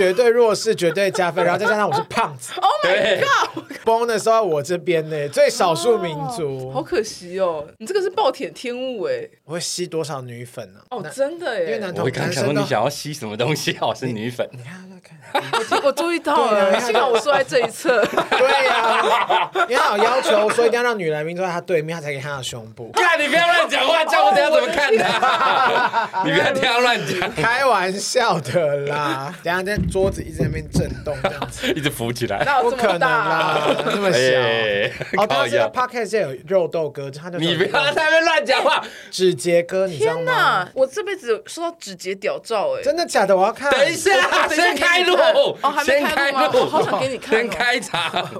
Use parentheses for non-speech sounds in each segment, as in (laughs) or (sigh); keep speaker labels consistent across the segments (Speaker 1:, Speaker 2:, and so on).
Speaker 1: 绝对弱势，绝对加分，然后再加上我是胖
Speaker 2: (laughs)
Speaker 1: 子
Speaker 2: Oh
Speaker 1: (laughs)
Speaker 2: my
Speaker 3: 对
Speaker 2: god！
Speaker 1: 崩的时候我这边呢，最少数民族，
Speaker 2: 好可惜哦，你这个是暴殄天物哎！
Speaker 1: 我会吸多少女粉呢、啊？
Speaker 2: 哦，真的哎，
Speaker 1: 因为男
Speaker 3: 我刚想说你想要吸什么东西啊？我是女粉， (laughs)
Speaker 1: 你看那看，
Speaker 2: 我我注意到
Speaker 1: 啊
Speaker 2: 了，幸好我坐在这一
Speaker 1: (laughs)
Speaker 2: 侧。
Speaker 1: 对呀、因为他有要求说一定要让女来宾坐在他对面，他才可以看他的胸
Speaker 2: (laughs)
Speaker 1: 部。
Speaker 3: 看你不要乱讲
Speaker 1: (laughs)
Speaker 3: 话，这样我等下怎么看的？你不要这样乱讲，
Speaker 1: 开玩笑的啦，等一下在桌子一直在那边震动这样
Speaker 2: (laughs)
Speaker 1: 子，
Speaker 3: 一直浮起来。
Speaker 2: 哪有
Speaker 1: 不
Speaker 2: 这
Speaker 1: 可
Speaker 2: 么
Speaker 1: 能
Speaker 2: 大？啊
Speaker 1: 啦，那么小。哦，
Speaker 3: 哎靠
Speaker 1: 他这个
Speaker 3: 呀！
Speaker 1: podcast 界有肉豆哥，他就
Speaker 3: 你不要在 (laughs) 那边乱讲话。
Speaker 1: 指节哥，你知道
Speaker 2: 天
Speaker 1: 吗
Speaker 2: 哪！？我这辈子有收到指节屌照哎！
Speaker 1: 真的假的？我要看。
Speaker 3: 等一下，
Speaker 2: 等一下
Speaker 3: 啊先开路，
Speaker 2: 哦还没
Speaker 3: 先
Speaker 2: 开
Speaker 3: 开
Speaker 2: 路吗
Speaker 3: 路，
Speaker 2: 好想给你看哦
Speaker 3: 先开场。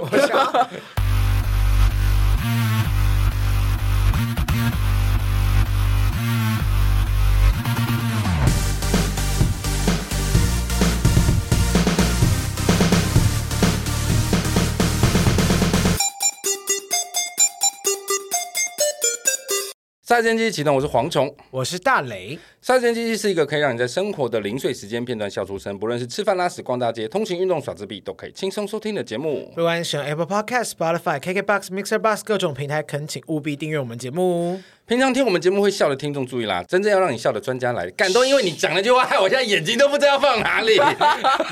Speaker 3: 三千机启动，我是蝗虫。
Speaker 1: 我是大雷，
Speaker 3: 杀时间机器是一个可以让你在生活的零碎时间片段笑出声，不论是吃饭、拉屎、逛大街、通勤、运动、耍自闭，都可以轻松收听的节目。
Speaker 1: 不管选 Apple Podcast、Spotify、KKBox、Mixer Box 各种平台，恳请务必订阅我们节
Speaker 3: (laughs)
Speaker 1: 目。
Speaker 3: 平常听我们节目会笑的听众注意啦，真正要让你笑的专家来，感动，因为你讲那句话，害 (laughs) 我现在眼睛都不知道放哪里。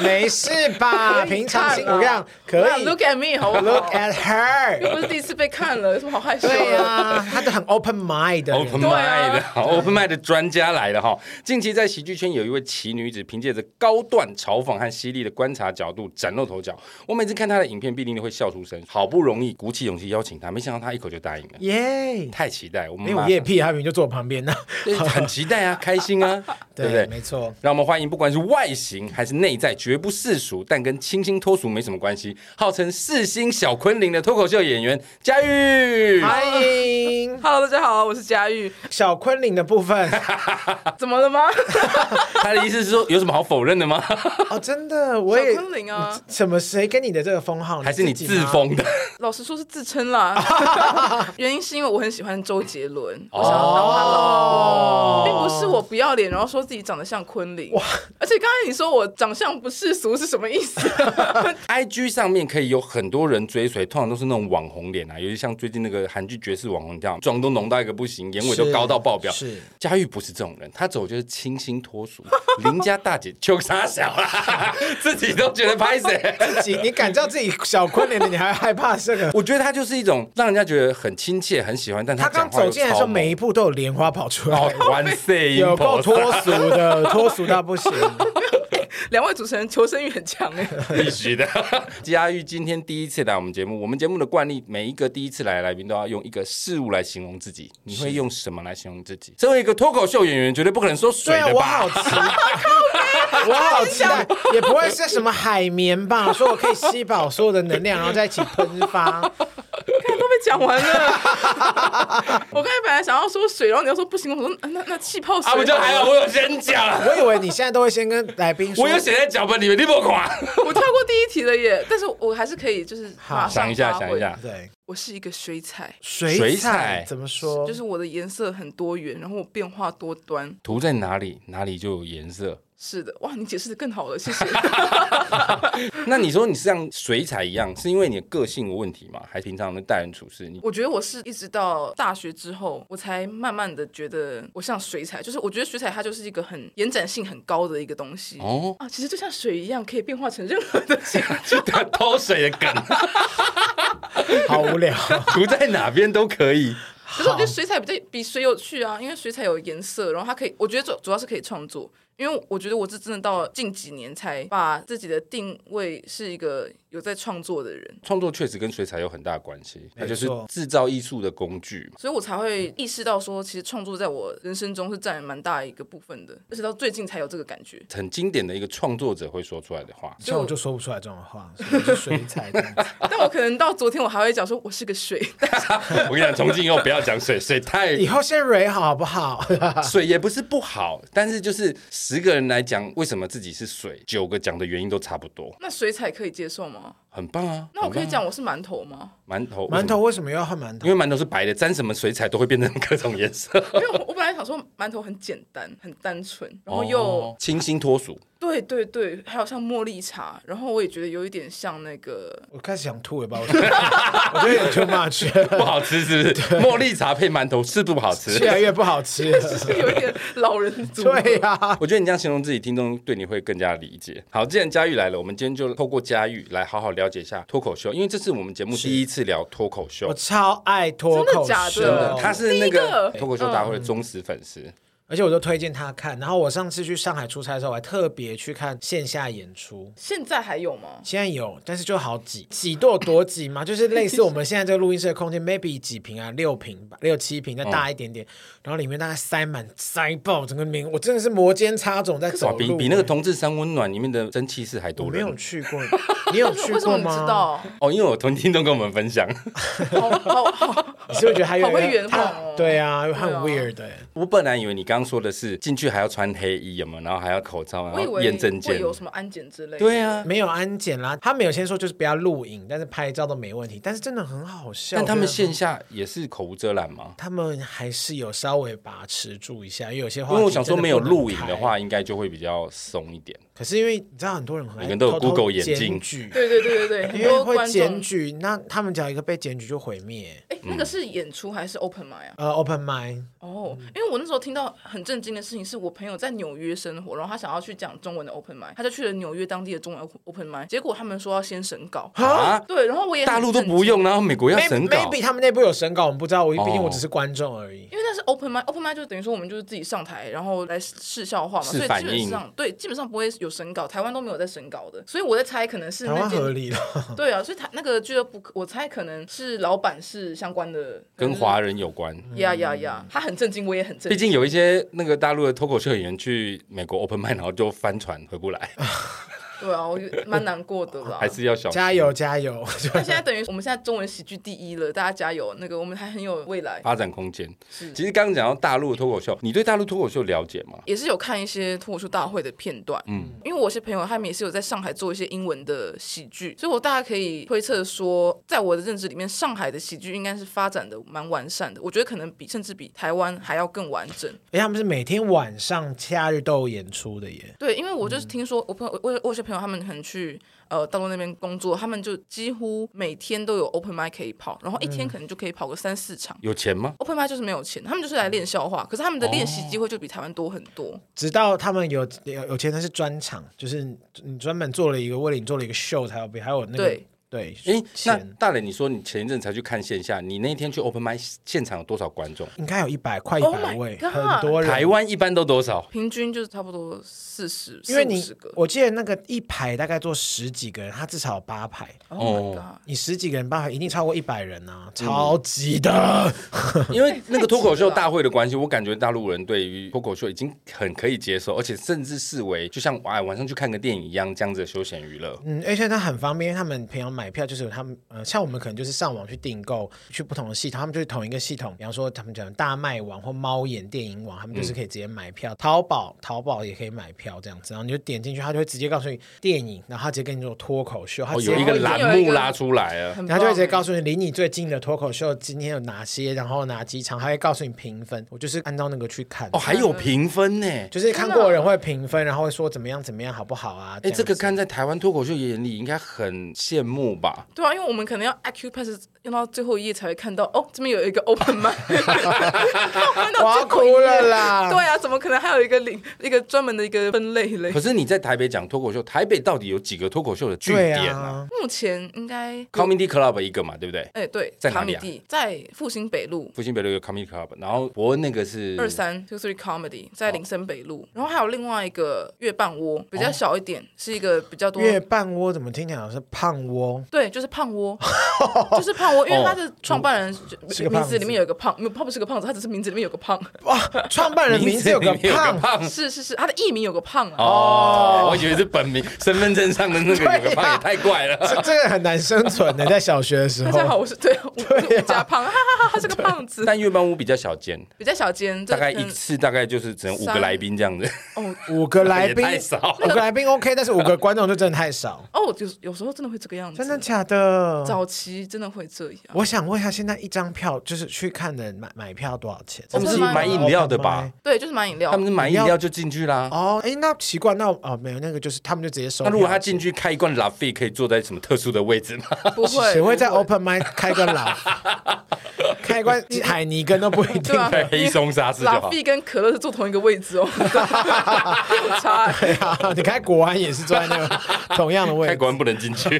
Speaker 1: 没事吧？
Speaker 3: 啊
Speaker 1: 平常心，我跟你讲，可
Speaker 2: 啊
Speaker 1: 以
Speaker 2: Look at me，好不
Speaker 1: look
Speaker 2: 好？
Speaker 1: at
Speaker 2: (laughs) 又
Speaker 1: her。
Speaker 2: 不是第一次被看了，有什么好害羞的？
Speaker 1: 对啊呀，他都很 open mind 的人。
Speaker 3: open
Speaker 2: 对
Speaker 3: mind
Speaker 2: 啊
Speaker 3: 的、好 open mind 的专家来了哈。近期在喜剧圈有一位奇女子，凭借着高段嘲讽和犀利的观察角度崭露头角。我每次看她的影片，必定都会笑出声。好不容易鼓起勇气邀请她，没想到她一口就答应了，
Speaker 1: 耶！
Speaker 3: 太期待。我们
Speaker 1: 没有
Speaker 3: 马
Speaker 1: 夜屁，他明明就哎坐我旁边呢。啊
Speaker 3: 对， (laughs) 很期待啊，开心啊，对不对？
Speaker 1: 没错。
Speaker 3: 让我们欢迎，不管是外形还是内在，绝不世俗，但跟清新脱俗没什么关系。号称四星小昆凌的脱口秀演员佳玉，
Speaker 1: 欢迎
Speaker 2: Hello，大家好，我是佳玉。
Speaker 1: 小昆凌的部分
Speaker 2: 怎么了吗？
Speaker 3: 他的意思是说，有什么好否认的吗？
Speaker 1: 哦，真的，我也
Speaker 2: 小昆凌啊，
Speaker 1: 什么谁给你的这个封号？
Speaker 3: 还是你
Speaker 1: 自
Speaker 3: 自封的？
Speaker 2: 老实说是自
Speaker 1: (laughs)
Speaker 2: 称啦。原因是因为我很喜欢周杰伦，我
Speaker 1: 哦
Speaker 2: 想要当他
Speaker 3: 哦
Speaker 2: 老婆，并不是我不要脸，然后说自己长得像昆凌。哇！而且刚才你说我长相不世俗是什么意思？ (laughs)
Speaker 3: IG 上面可以有很多人追随，通常都是那种网红脸啊，尤其像最近那个韩剧爵士网红这样，妆都浓到一个不行，眼尾都高到爆表。
Speaker 1: 是是
Speaker 3: 佳玉不是这种人，她走就是清新脱俗，邻家大姐 (laughs) 就傻小啦， (laughs) 自己都觉得拍谁。
Speaker 1: 自己，你敢叫自己小昆凌的，你还害怕这
Speaker 3: (laughs)
Speaker 1: 个？
Speaker 3: 我觉得她就是一种让人家觉得很亲切、很喜欢，但
Speaker 1: 他
Speaker 3: 她
Speaker 1: 刚
Speaker 3: 讲话
Speaker 1: 走
Speaker 3: 又
Speaker 1: 进来的
Speaker 3: 超
Speaker 1: 时候，
Speaker 3: 猛
Speaker 1: 每一步都有莲花跑出
Speaker 3: 哦
Speaker 1: 来，，
Speaker 3: (laughs) 完塞，
Speaker 1: 有够脱俗
Speaker 3: (laughs)
Speaker 1: 的，脱俗到不行。
Speaker 2: 两位主持人求生欲很强
Speaker 3: (laughs)
Speaker 2: 哎。
Speaker 3: 必须的。佳玉今天第一次来我们节目，我们节目的惯例，每一个第一次来的来宾都要用一个事物来形容自己。你会用什么来形容自己？身为一个脱口秀演员，绝对不可能说水
Speaker 1: 对啊，
Speaker 3: 的
Speaker 1: 我
Speaker 3: 吧？
Speaker 1: 好期待，我好期待，也不会是什么海绵吧？说我可以吸饱所有的能量，然后再一起喷发。
Speaker 2: 都被讲完了。 (laughs) 我刚才本来想要说水，然后你要说不行，我说嗯那那那气泡水。
Speaker 3: 啊，我就还好，我有先讲，
Speaker 1: 我以为你现在都会先跟来宾说，
Speaker 3: 我有写在脚本里面，你不
Speaker 1: (laughs)
Speaker 3: 管。
Speaker 2: 我跳过第一题了耶，但是我还是可以就是马上
Speaker 3: 想一下，
Speaker 2: 发
Speaker 3: 想
Speaker 2: 挥
Speaker 3: 一下，
Speaker 1: 对
Speaker 2: 我是一个水彩，
Speaker 1: 水
Speaker 3: 水
Speaker 1: 彩
Speaker 3: 彩
Speaker 1: 怎么说？
Speaker 2: 就是我的颜色很多元，然后我变化多端。
Speaker 3: 涂在哪里，哪里就有颜色。
Speaker 2: 是的，哇，你解释的更好了，谢谢。
Speaker 3: 那你说你是像水彩一样，是因为你的个性有问题吗？还是平常的待人处事？你
Speaker 2: 我觉得我是一直到大学之后，我才慢慢的觉得我像水彩，就是我觉得水彩它就是一个很延展性很高的一个东西。
Speaker 3: 哦，
Speaker 2: 啊，其实就像水一样，可以变化成任何的形
Speaker 3: (laughs)
Speaker 2: 状。
Speaker 3: 偷水的梗，
Speaker 1: 好无
Speaker 2: (laughs)
Speaker 1: 聊。
Speaker 3: 涂在哪边都可以。
Speaker 2: 可是我觉得水彩比较比水有趣啊，因为水彩有颜色，然后它可以，我觉得主主要是可以创作。因为我觉得我是真的到近几年才把自己的定位是一个有在创作的人，
Speaker 3: 创作确实跟水彩有很大的关系，它就是
Speaker 1: 错
Speaker 3: 制造艺术的工具嘛。
Speaker 2: 所以我才会意识到说，其实创作在我人生中是占蛮大一个部分的，而且到最近才有这个感觉。
Speaker 3: 很经典的一个创作者会说出来的话， (laughs)
Speaker 1: 像我就说不出来这种话，所以就是水彩这样子。
Speaker 2: 但我可能到昨天我还会讲说我是个水，
Speaker 3: 我跟你讲，从今以后不要讲水，水
Speaker 1: (laughs)
Speaker 3: 太
Speaker 1: 以后先蕊好不好？
Speaker 3: 水也不是不好，但是就是十个人来讲，为什么自己是水，九个讲的原因都差不多，
Speaker 2: 那水彩可以接受吗？
Speaker 3: 很棒啊。
Speaker 2: 那我可以
Speaker 3: 很棒
Speaker 2: 讲我是馒头吗？ (laughs)
Speaker 3: 啊馒头，
Speaker 1: 馒头为什么又要换馒
Speaker 3: 为什么，因
Speaker 1: 头？
Speaker 3: 为馒头是白的，沾什么水彩都会变成各种颜色，
Speaker 1: 哦
Speaker 2: 因为我我本来想说馒头很简单、很单纯，然后又、
Speaker 3: 哦清新脱俗。
Speaker 2: 对对对，还有像茉莉茶，然后我也觉得有一点像那个 (laughs)
Speaker 1: 我开始想吐了吧？我觉得 (laughs) 我觉得有点 too much，
Speaker 3: 不好
Speaker 1: (laughs)
Speaker 3: 吃是不是？茉莉茶配馒头是不好吃。
Speaker 1: 越来越不好吃了。
Speaker 2: 有一点
Speaker 1: (laughs)
Speaker 2: 老人族。
Speaker 1: 对啊呀、
Speaker 3: 我觉得你这样形容自己，听众对你会更加理解。好，既然佳玉来了，我们今天就透过佳玉来好好了解一下脱口秀，因为这是我们节目第一次聊脱口秀
Speaker 1: 我，超爱脱口秀，
Speaker 2: 真的假的
Speaker 3: 真
Speaker 1: 哦
Speaker 3: 的，他是那个
Speaker 2: 第一个
Speaker 3: 脱口秀大会的忠实粉丝。
Speaker 1: 而且我就推荐他看。然后我上次去上海出差的时候，我还特别去看线下演出。
Speaker 2: 现在还有吗？
Speaker 1: 现在有，但是就好挤，挤多有多挤嘛，就是类似我们现在这个录音室的空间，maybe 几平啊，六平吧，六七平，再大一点点，然后里面大概塞满塞爆整个名，我真的是摩肩擦踵在
Speaker 3: 哇，
Speaker 1: 走路、
Speaker 3: 比比那个同志山温暖里面的蒸汽室还
Speaker 1: 我
Speaker 3: 多
Speaker 1: 没有
Speaker 3: 人
Speaker 1: 去过，你有去
Speaker 2: (laughs) 为什么
Speaker 1: 过
Speaker 2: 你
Speaker 1: 吗？(laughs)
Speaker 2: 知道？
Speaker 3: 哦，因为我同听众跟我们分享， (laughs)
Speaker 2: 好好好，
Speaker 1: 你是不是觉得他有
Speaker 2: 好会圆谎哦
Speaker 1: 对啊，很
Speaker 2: 对啊
Speaker 1: weird 的、
Speaker 3: 我本来以为你刚刚说的是进去还要穿黑衣，有没有？然后还要口罩，
Speaker 2: 我以
Speaker 3: 然后
Speaker 2: 为
Speaker 3: 验证
Speaker 2: 会
Speaker 3: 件。
Speaker 2: 有什么安检之类的。
Speaker 3: 对啊，
Speaker 1: 没有安检啦，他们有先说就是不要录影，但是拍照都没问题，但是真的很好笑。
Speaker 3: 但他们
Speaker 1: 我觉得
Speaker 3: 线下也是口无遮拦吗？
Speaker 1: 他们还是有稍微把持住一下，因为有些话
Speaker 3: 因为我想说，没有录影
Speaker 1: 真不
Speaker 3: 的
Speaker 1: 能拍，
Speaker 3: 话，应该就会比较松一点。
Speaker 1: 可是因为你知道很多人很爱
Speaker 3: 每个人都有
Speaker 1: 偷偷
Speaker 3: Google 眼镜
Speaker 1: 检举
Speaker 2: 对对对对对，很
Speaker 1: 因为
Speaker 2: 多
Speaker 1: 会
Speaker 2: 观
Speaker 1: 检
Speaker 2: 众。
Speaker 1: 举，嗯那他们只要一个被检举就毁灭。
Speaker 2: 哎，那个是演出还是 open m i 啊？
Speaker 1: 呃，open mind，
Speaker 2: 哦，
Speaker 3: 嗯
Speaker 2: 因为我那时候听到很震惊的事情，是我朋友在纽约生活，然后他想要去讲中文的 open m i 他就去了纽约当地的中文 open m i 结果他们说要先审稿。
Speaker 3: 啊，
Speaker 2: 对，然后我也很
Speaker 3: (laughs) 大陆都
Speaker 2: 震
Speaker 3: 不
Speaker 2: 惊
Speaker 3: 用，然后美国要
Speaker 1: Maybe-
Speaker 3: 审稿。
Speaker 1: maybe 他们内部有审稿，我们不知道，我毕竟
Speaker 3: 哦
Speaker 1: 我只是观众而已。
Speaker 2: 因为那是 open mic open mic 就等于说我们就是自己上台，然后来试笑话嘛，
Speaker 3: 试
Speaker 2: 所以基
Speaker 3: 反
Speaker 2: 本
Speaker 3: 应
Speaker 2: 上对基本上不会有审稿，台湾都没有在审稿的，所以我在猜可能是
Speaker 1: 台
Speaker 2: 那
Speaker 1: 湾合
Speaker 2: 间
Speaker 1: 理了，
Speaker 2: 对啊，所以台那个俱乐部，我猜可能是老板是相关的，
Speaker 1: 嗯
Speaker 3: 跟华人有关。
Speaker 2: 呀呀呀，他很震惊，我也很震
Speaker 3: 嗯毕
Speaker 2: 惊，
Speaker 3: 竟有一些那个大陆的脱口秀演员去美国 open m i 然后就翻船回不来，
Speaker 2: 对啊，我就蛮难过的啦
Speaker 3: (laughs) 还。是要小心
Speaker 1: 加油加油！ (laughs)
Speaker 2: 那现在等于我们现在中文喜剧第一了，大家加油！那个我们还很有未来，
Speaker 3: 发展空间。
Speaker 2: 是
Speaker 3: 其实刚刚讲到大陆的脱口秀，你对大陆脱口秀了解吗？
Speaker 2: 也是有看一些脱口秀大会的片段，嗯，因为我有些朋友他们也是有在上海做一些英文的喜剧，所以我大概可以推测说，在我的认知里面，上海的喜剧应该是发展的蛮完善的，我觉得可能比甚至比台湾还要更完整。
Speaker 1: 哎，他们是每天晚上假日都有演出的耶。
Speaker 2: 对，因为我就是听说我朋友，我我有些朋友他们很去呃大陆那边工作，他们就几乎每天都有 open mic 可以跑，然后一天可能就可以跑个三四场。
Speaker 3: 有钱吗？
Speaker 2: open mic 就是没有钱，他们就是来
Speaker 3: 嗯
Speaker 2: 练笑话，可是他们的练
Speaker 3: 哦
Speaker 2: 习机会就比台湾多很多。
Speaker 1: 直到他们有有有钱，他是专场，就是你专门做了一个，为了你做了一个秀才有，还有那个
Speaker 2: 对
Speaker 1: 对，
Speaker 3: 诶，那
Speaker 1: 钱
Speaker 3: 大磊，你说你前一阵才去看线下，你那天去 open m i 现场有多少观众？
Speaker 1: 应该有一百快一
Speaker 2: Oh
Speaker 1: 百
Speaker 2: my
Speaker 1: 位
Speaker 2: God
Speaker 1: 很多人。
Speaker 3: 台湾一般都
Speaker 1: (laughs)
Speaker 3: 多少？
Speaker 2: 平均就是差不多四十，
Speaker 1: 因为
Speaker 2: 四五
Speaker 1: 你哦
Speaker 2: 十个，。
Speaker 1: 我记得那个一排大概坐十几个人，他至少有八排，
Speaker 2: Oh my
Speaker 3: 哦
Speaker 2: god！
Speaker 1: 你十几个人八排一定超过一百人啊，
Speaker 2: 嗯
Speaker 1: 超级的。
Speaker 3: 因为那个脱口秀大会的关系，我感觉大陆人对于脱口秀已经很可以接受，而且甚至视为就像哎晚上去看个电影一样这样子的休闲娱乐。
Speaker 1: 嗯，而且它很方便，因为他们平常买票就是有他们呃，像我们可能就是上网去订购，去不同的系统，他们就是同一个系统，比方说他们讲大麦网或猫眼电影网，他们
Speaker 3: 嗯
Speaker 1: 就是可以直接买票，淘宝淘宝也可以买票这样子，然后你就点进去，他就会直接告诉你电影，然后他直接跟你说脱口秀，他
Speaker 3: 哦，
Speaker 1: 直接
Speaker 3: 有
Speaker 1: 会、
Speaker 3: 一个
Speaker 2: 啦
Speaker 3: 栏目拉出来啊了。
Speaker 2: 很
Speaker 1: 然后他就会直接
Speaker 2: 棒
Speaker 1: 告诉你离你最近的脱口秀今天有哪些，然后哪几场，他会告诉你评分，我就是按照那个去看。
Speaker 3: 哦，还有评分呢。
Speaker 1: 就是看过的人会评分，然后会说怎么样怎么样好不好啊？
Speaker 3: 哎，这个
Speaker 1: 样子
Speaker 3: 看在台湾脱口秀眼里应该很羡慕吧？
Speaker 2: 对啊，因为我们可能要 acupass 用到最后一页才会看到，哦，这边有一个
Speaker 1: (laughs)
Speaker 2: open mic，
Speaker 1: 我要
Speaker 2: 看到最后
Speaker 1: 哭
Speaker 2: 一页
Speaker 1: 了啦！
Speaker 2: 对啊，怎么可能还有一个领一个专门的一个分类嘞
Speaker 3: 可？是你在台北讲脱口秀，台北到底有几个脱口秀的据点啊
Speaker 1: 啊，
Speaker 2: 目前应该，
Speaker 3: ？Comedy Club 一个嘛，对不对？
Speaker 2: 哎，对，
Speaker 3: 在哪里啊
Speaker 2: 卡米地在复兴北路。
Speaker 3: 复兴北路有 Comedy Club，然后伯恩那个是哦
Speaker 2: 二三 two three comedy 在林森北路，然后还有另外一个月半窝，比较小一点，是一个比较多
Speaker 1: 月半窝怎么听起来好像是胖窝？ (laughs)
Speaker 2: 对，就是胖窝，就是胖窝，因为他的创办人
Speaker 1: 哦嗯是
Speaker 2: 就
Speaker 1: 个
Speaker 2: 名
Speaker 1: 胖
Speaker 2: 字里面
Speaker 1: 子
Speaker 2: 有个胖，没有他不是个胖子，他只是名字里面有个胖，
Speaker 1: 创办人名字有个
Speaker 3: (laughs) 名字里
Speaker 1: (laughs)
Speaker 3: 面
Speaker 1: 胖，
Speaker 2: 是是是，他的艺名有个胖啊，
Speaker 3: 哦，我啊以为是本名，身份证上的那个有个胖也太怪了。
Speaker 1: 这这个很难生存
Speaker 3: (laughs)
Speaker 1: 的，在小学的时
Speaker 2: 大家好，
Speaker 1: 候。
Speaker 2: 我是对，
Speaker 1: (laughs)
Speaker 2: 我
Speaker 1: 啊
Speaker 2: 是吴家胖，哈哈哈，他是个胖子，
Speaker 3: 但月半屋比较小间，
Speaker 2: 比较小间，这
Speaker 3: 大概
Speaker 2: 可能
Speaker 3: 一次大概就是只能五个
Speaker 2: 三
Speaker 3: 来宾这样子，
Speaker 2: 哦
Speaker 1: 五个来
Speaker 3: 也
Speaker 1: 宾，
Speaker 3: 太少。
Speaker 1: 五个来宾 OK，但是五个观众就真的太少。
Speaker 2: (laughs) 哦，有有时候真的会这个样子，
Speaker 1: 真真的假的？
Speaker 2: 早期真的会这样。
Speaker 1: 我想问一下，现在一张票就是去看的人买买票多少钱？
Speaker 3: 他们
Speaker 2: 真
Speaker 3: 是
Speaker 2: 的吗
Speaker 3: 买饮料的吧？
Speaker 2: 对，就是买饮料
Speaker 3: 他。们是买饮料就进去啦。
Speaker 1: 哦，哎，那奇怪，那哦没有那个，就是他们就直接收票
Speaker 3: 那
Speaker 1: 钱。
Speaker 3: 如果他进去开一罐拉菲，可以坐在什么特殊的位置吗？ (laughs)
Speaker 2: 不会，
Speaker 1: 谁会在
Speaker 2: 不
Speaker 1: open m i 开个老开关
Speaker 3: 啊
Speaker 1: 海尼根都不一定
Speaker 2: 对。啊
Speaker 3: 在，黑松沙士就
Speaker 2: 拉
Speaker 3: 好。
Speaker 2: 菲跟可乐是坐同一个
Speaker 1: (laughs)
Speaker 2: 位置哦，有差欸。
Speaker 1: 对啊，你开国安也是坐在那个同样的位
Speaker 3: 开
Speaker 1: 置。
Speaker 3: 关不能进去，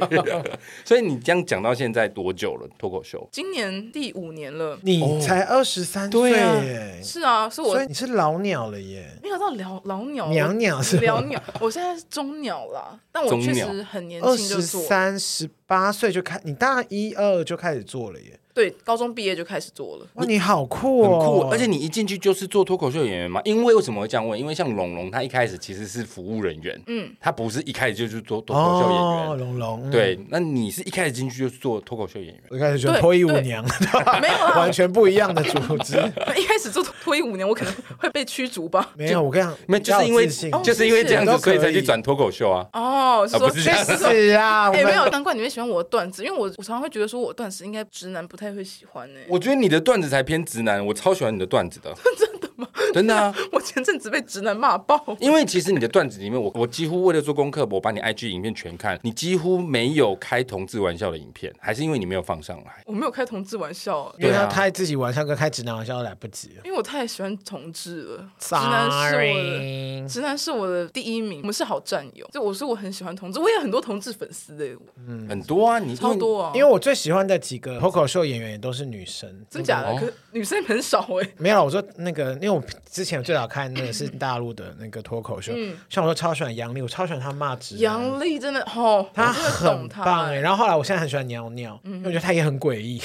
Speaker 3: 所以你这样讲到现在多久了？脱口秀
Speaker 2: 今年第五年了，
Speaker 1: 你才二十三岁
Speaker 3: 哦对啊
Speaker 1: 耶，
Speaker 2: 是啊，是我
Speaker 1: 所以你是老鸟了耶。
Speaker 2: 没有到老老鸟，
Speaker 1: 娘鸟是吗
Speaker 2: 老鸟，我现在是中鸟啦，但我
Speaker 3: 中
Speaker 2: 确
Speaker 3: 鸟
Speaker 2: 实很年
Speaker 1: 二
Speaker 2: 轻就
Speaker 1: 十
Speaker 2: 做，
Speaker 1: 三、十八岁就开，你大一、二就开始做了耶！
Speaker 2: 对，高中毕业就开始做了。
Speaker 1: 哇，你好酷
Speaker 3: 很
Speaker 1: 哦！
Speaker 3: 酷，而且你一进去就是做脱口秀演员嘛。因为为什么会这样问？因为像龙龙，他一开始其实是服务人员，嗯，他不是一开始就是做脱口秀演员。
Speaker 1: 哦，龙龙，
Speaker 3: 对，那你是一开始进去就是做脱口秀演员，
Speaker 1: 我一开始觉得
Speaker 2: 对
Speaker 1: 脱衣舞娘， (laughs)
Speaker 2: 没有啊 (laughs)
Speaker 1: 完全不一样的组
Speaker 3: (laughs)
Speaker 1: 织。
Speaker 2: 一开始做脱衣舞年，我可能会被驱逐吧。
Speaker 1: 没有，我跟你讲，
Speaker 3: 没有就是因
Speaker 1: 要
Speaker 3: 为
Speaker 1: 有自信
Speaker 3: (laughs)
Speaker 2: 哦
Speaker 3: 就是因为这样子，
Speaker 1: 都可
Speaker 3: 所
Speaker 1: 以
Speaker 3: 以才去转脱口秀啊。
Speaker 2: 哦，是
Speaker 3: 啊
Speaker 2: 说
Speaker 3: 不是这
Speaker 1: 去
Speaker 3: 样
Speaker 1: 死啊！我
Speaker 2: 哎，
Speaker 1: 们
Speaker 2: 没有，难怪你们喜欢我的段子，因为我我常常会觉得说我的段子应该直男不太会喜欢呢。
Speaker 3: 我觉得你的段子才偏直男，我超喜欢你的段子的，真的吗？真的啊，
Speaker 2: 我前阵子被直男骂爆，
Speaker 3: 因为其实你的段子里面，我我几乎为了做功课，我把你 IG 影片全看，你几乎没有开同志玩笑的影片，还是因为你没有放上来。
Speaker 2: 我没有开同志玩笑欸，
Speaker 1: 因为
Speaker 3: 对啊
Speaker 1: 他开自己玩笑跟开直男玩笑都来不及了。
Speaker 2: 因为我太喜欢同志了。直男是我的。
Speaker 1: Sorry，
Speaker 2: 直男是我的第一名，我们是好战友。就我说我很喜欢同志，我也有很多同志粉丝的，
Speaker 1: 嗯
Speaker 3: 很多啊，你
Speaker 2: 超，多啊。
Speaker 1: 因为我最喜欢的几个脱口秀演员也都是女生。
Speaker 2: 真假的，
Speaker 3: 哦
Speaker 2: 可是女生很少哎。
Speaker 1: 没有啦，我说那个，因为我之前最早看那个是大陆的那个脱口秀，像我说超喜欢杨笠，我超喜欢他骂直男，
Speaker 2: (laughs) 杨丽真的哦，
Speaker 1: 他
Speaker 2: 我真的懂
Speaker 1: 很
Speaker 2: 她
Speaker 1: 棒哎、然后后来我现在很喜欢尿尿，因为我觉得他也很诡异。